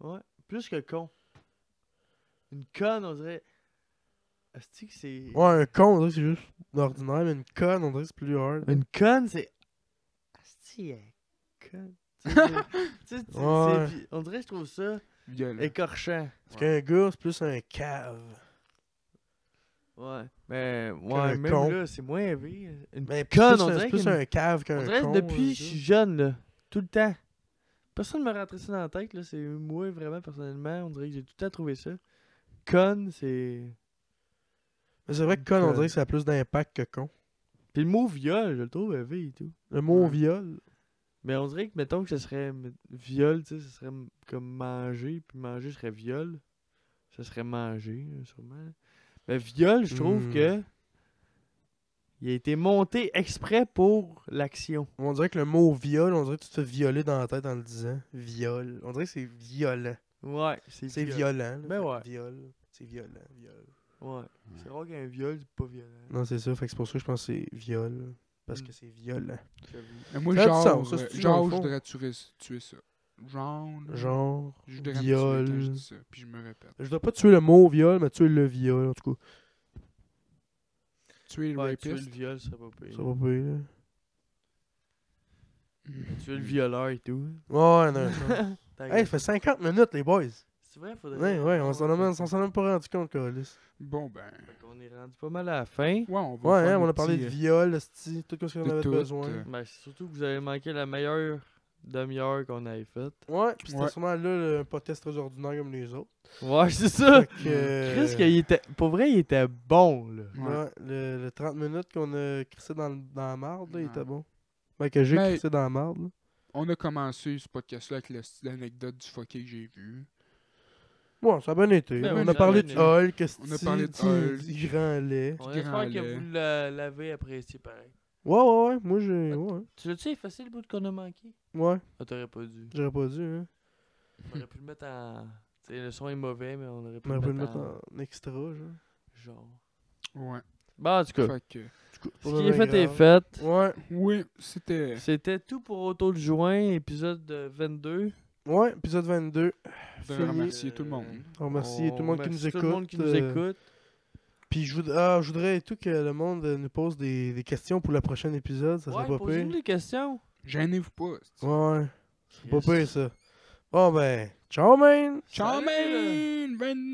C: Ouais. Plus que con. Une conne, on dirait. Est-ce que c'est.
B: Ouais, un con, on dirait que c'est juste ordinaire, mais une conne, on dirait que c'est plus hard.
C: Une conne, c'est. Asti, elle est conne. Tu sais, c'est- tu sais,
B: Ouais.
C: c'est- c'est- on dirait que je trouve ça
A: Violent.
C: écorchant.
B: Parce qu'un gars, c'est plus un cave.
C: Ouais. Mais,
B: un
C: ouais, même
B: con.
C: là, c'est moins élevé. Une
B: Mais plus
C: conne, on
B: un- c'est
C: dirait.
B: plus
C: qu'une-
B: un cave qu'un
C: on dirait que
B: con,
C: depuis
B: un
C: que je
B: gars.
C: suis jeune, là. Tout le temps. Personne ne me rentrait ça dans la tête, là. C'est moi, vraiment, personnellement. On dirait que j'ai tout le temps trouvé ça. Conne, c'est.
B: Mais c'est vrai que con, on
C: Conne.
B: dirait que ça a plus d'impact que con.
C: Puis le mot viol, je le trouve élevé et tout.
B: Le mot
A: Ouais.
B: viol.
C: Mais on dirait que, mettons que ce serait me- viol, tu sais, ce serait m- comme manger, puis manger serait viol. hein, Hmm. Ce serait manger, euh, sûrement. Mais viol, je trouve
B: Hmm.
C: que. Il a été monté exprès pour l'action.
B: On dirait que le mot viol, on dirait que tu te fais violer dans la tête en le disant. Viol. On dirait que c'est violent.
C: Ouais,
B: C'est violent. là.
C: Ben
B: Fait que
C: ouais.
B: Viol. C'est violent. Viol.
C: Ouais. C'est rare qu'un viol, c'est pas violent.
B: Non, c'est ça. Fait que c'est pour ça que je pense que c'est viol. Parce
C: Mm.
B: que c'est violent.
A: Mais moi,
B: Ça a du
A: genre,
B: sens, ça,
A: euh,
B: c'est-tu dans
A: genre,
B: le
A: je
B: fond?
A: voudrais tuer, tuer ça. Genre,
B: Mm.
A: là,
B: Genre.
A: je voudrais me tuer
B: viol.
A: quand je dis ça, puis je me répète.
B: Je dois pas tuer le mot viol, mais tuer le viol, en tout cas.
A: Tuer le
C: Ouais, tuer le
A: rapiste.
C: viol, ça va pas.
B: Ça va pas. là.
C: Tuer le violeur et tout.
B: Ouais, non. non.
C: Ta
B: hey,
C: gueule.
B: ça fait 50 minutes, les boys.
C: c'est vrai, faudrait.
B: Ouais, ouais, on s'en est même- on s'en est même pas rendu compte, Carlis.
A: Bon, ben.
C: On est rendu pas mal à la fin.
A: Ouais, on va.
B: Ouais,
A: faire
B: hein, on
A: le
B: a parlé
A: petit,
B: de
A: euh,
B: viol, esti, tout ce qu'on
A: de
B: avait
A: tout,
B: besoin.
A: euh,
C: Ben, c'est surtout que vous avez manqué la meilleure demi-heure qu'on avait faite.
B: Ouais, pis c'était
A: Ouais.
B: sûrement là le- un podcast très ordinaire comme les autres.
C: Ouais, c'est ça.
B: Fait que, euh,
C: Chris, qu'il était... pour vrai, il était bon, là.
A: ouais.
B: ouais, le, le 30 minutes qu'on a crissé dans, le- dans la marde, là, il
A: Ouais.
B: était bon. Ben, que j'ai
A: Mais-
B: crissé dans la marde, là.
A: On a commencé ce podcast-là avec le- l'anecdote du fucké que j'ai vu.
B: Ouais, ça a bien été.
C: Ben
A: oui,
B: on
A: ça
B: a
A: a
B: parlé
C: bien
B: de
C: été.
B: Hulk,
A: On a parlé de Hulk.
B: du grand lait.
C: On
A: Du grand
C: espère que
A: lait.
C: vous la- l'avez apprécié pareil.
B: Ouais, ouais, ouais, moi j'ai. Ouais,
C: Tu l'as-tu effacé le bout qu'on a manqué
B: ouais,
C: Ah, t'aurais pas dû.
B: j'aurais pas dû, hein.
C: On aurait pu le mettre en. Tu sais, le son est mauvais, mais on aurait pu
B: On aurait pu
C: le
B: le
C: mettre
B: mettre
C: en.
B: en extra, genre.
C: Genre.
A: Ouais.
C: Bon, Bah, en tout cas,
A: Fait que.
C: ce
B: pas
C: qui est
B: bien
C: fait est
B: grave.
C: fait.
B: Ouais,
A: Oui, c'était.
C: C'était tout pour Auto de juin, épisode euh, 22.
B: ouais, épisode 22.
A: Je voudrais
B: fini.
A: remercier tout le
C: Euh,
A: monde.
B: On remercie tout le monde qui nous
C: remercie Oh,
B: écoute.
C: Tout le monde qui nous
B: euh,
C: écoute.
B: Puis je, voud- ah, je voudrais et tout que le monde euh, nous pose des, des questions pour le prochain épisode, ça serait
C: ouais,
B: pas
C: posez-nous
B: pire.
C: des questions.
A: Gênez-vous pas. c'est-
B: Ouais, ouais, c'est pas
C: Chris.
B: pire ça. Bon ben, ciao man!
A: Ciao,
C: Salut, là.
A: man! Ben-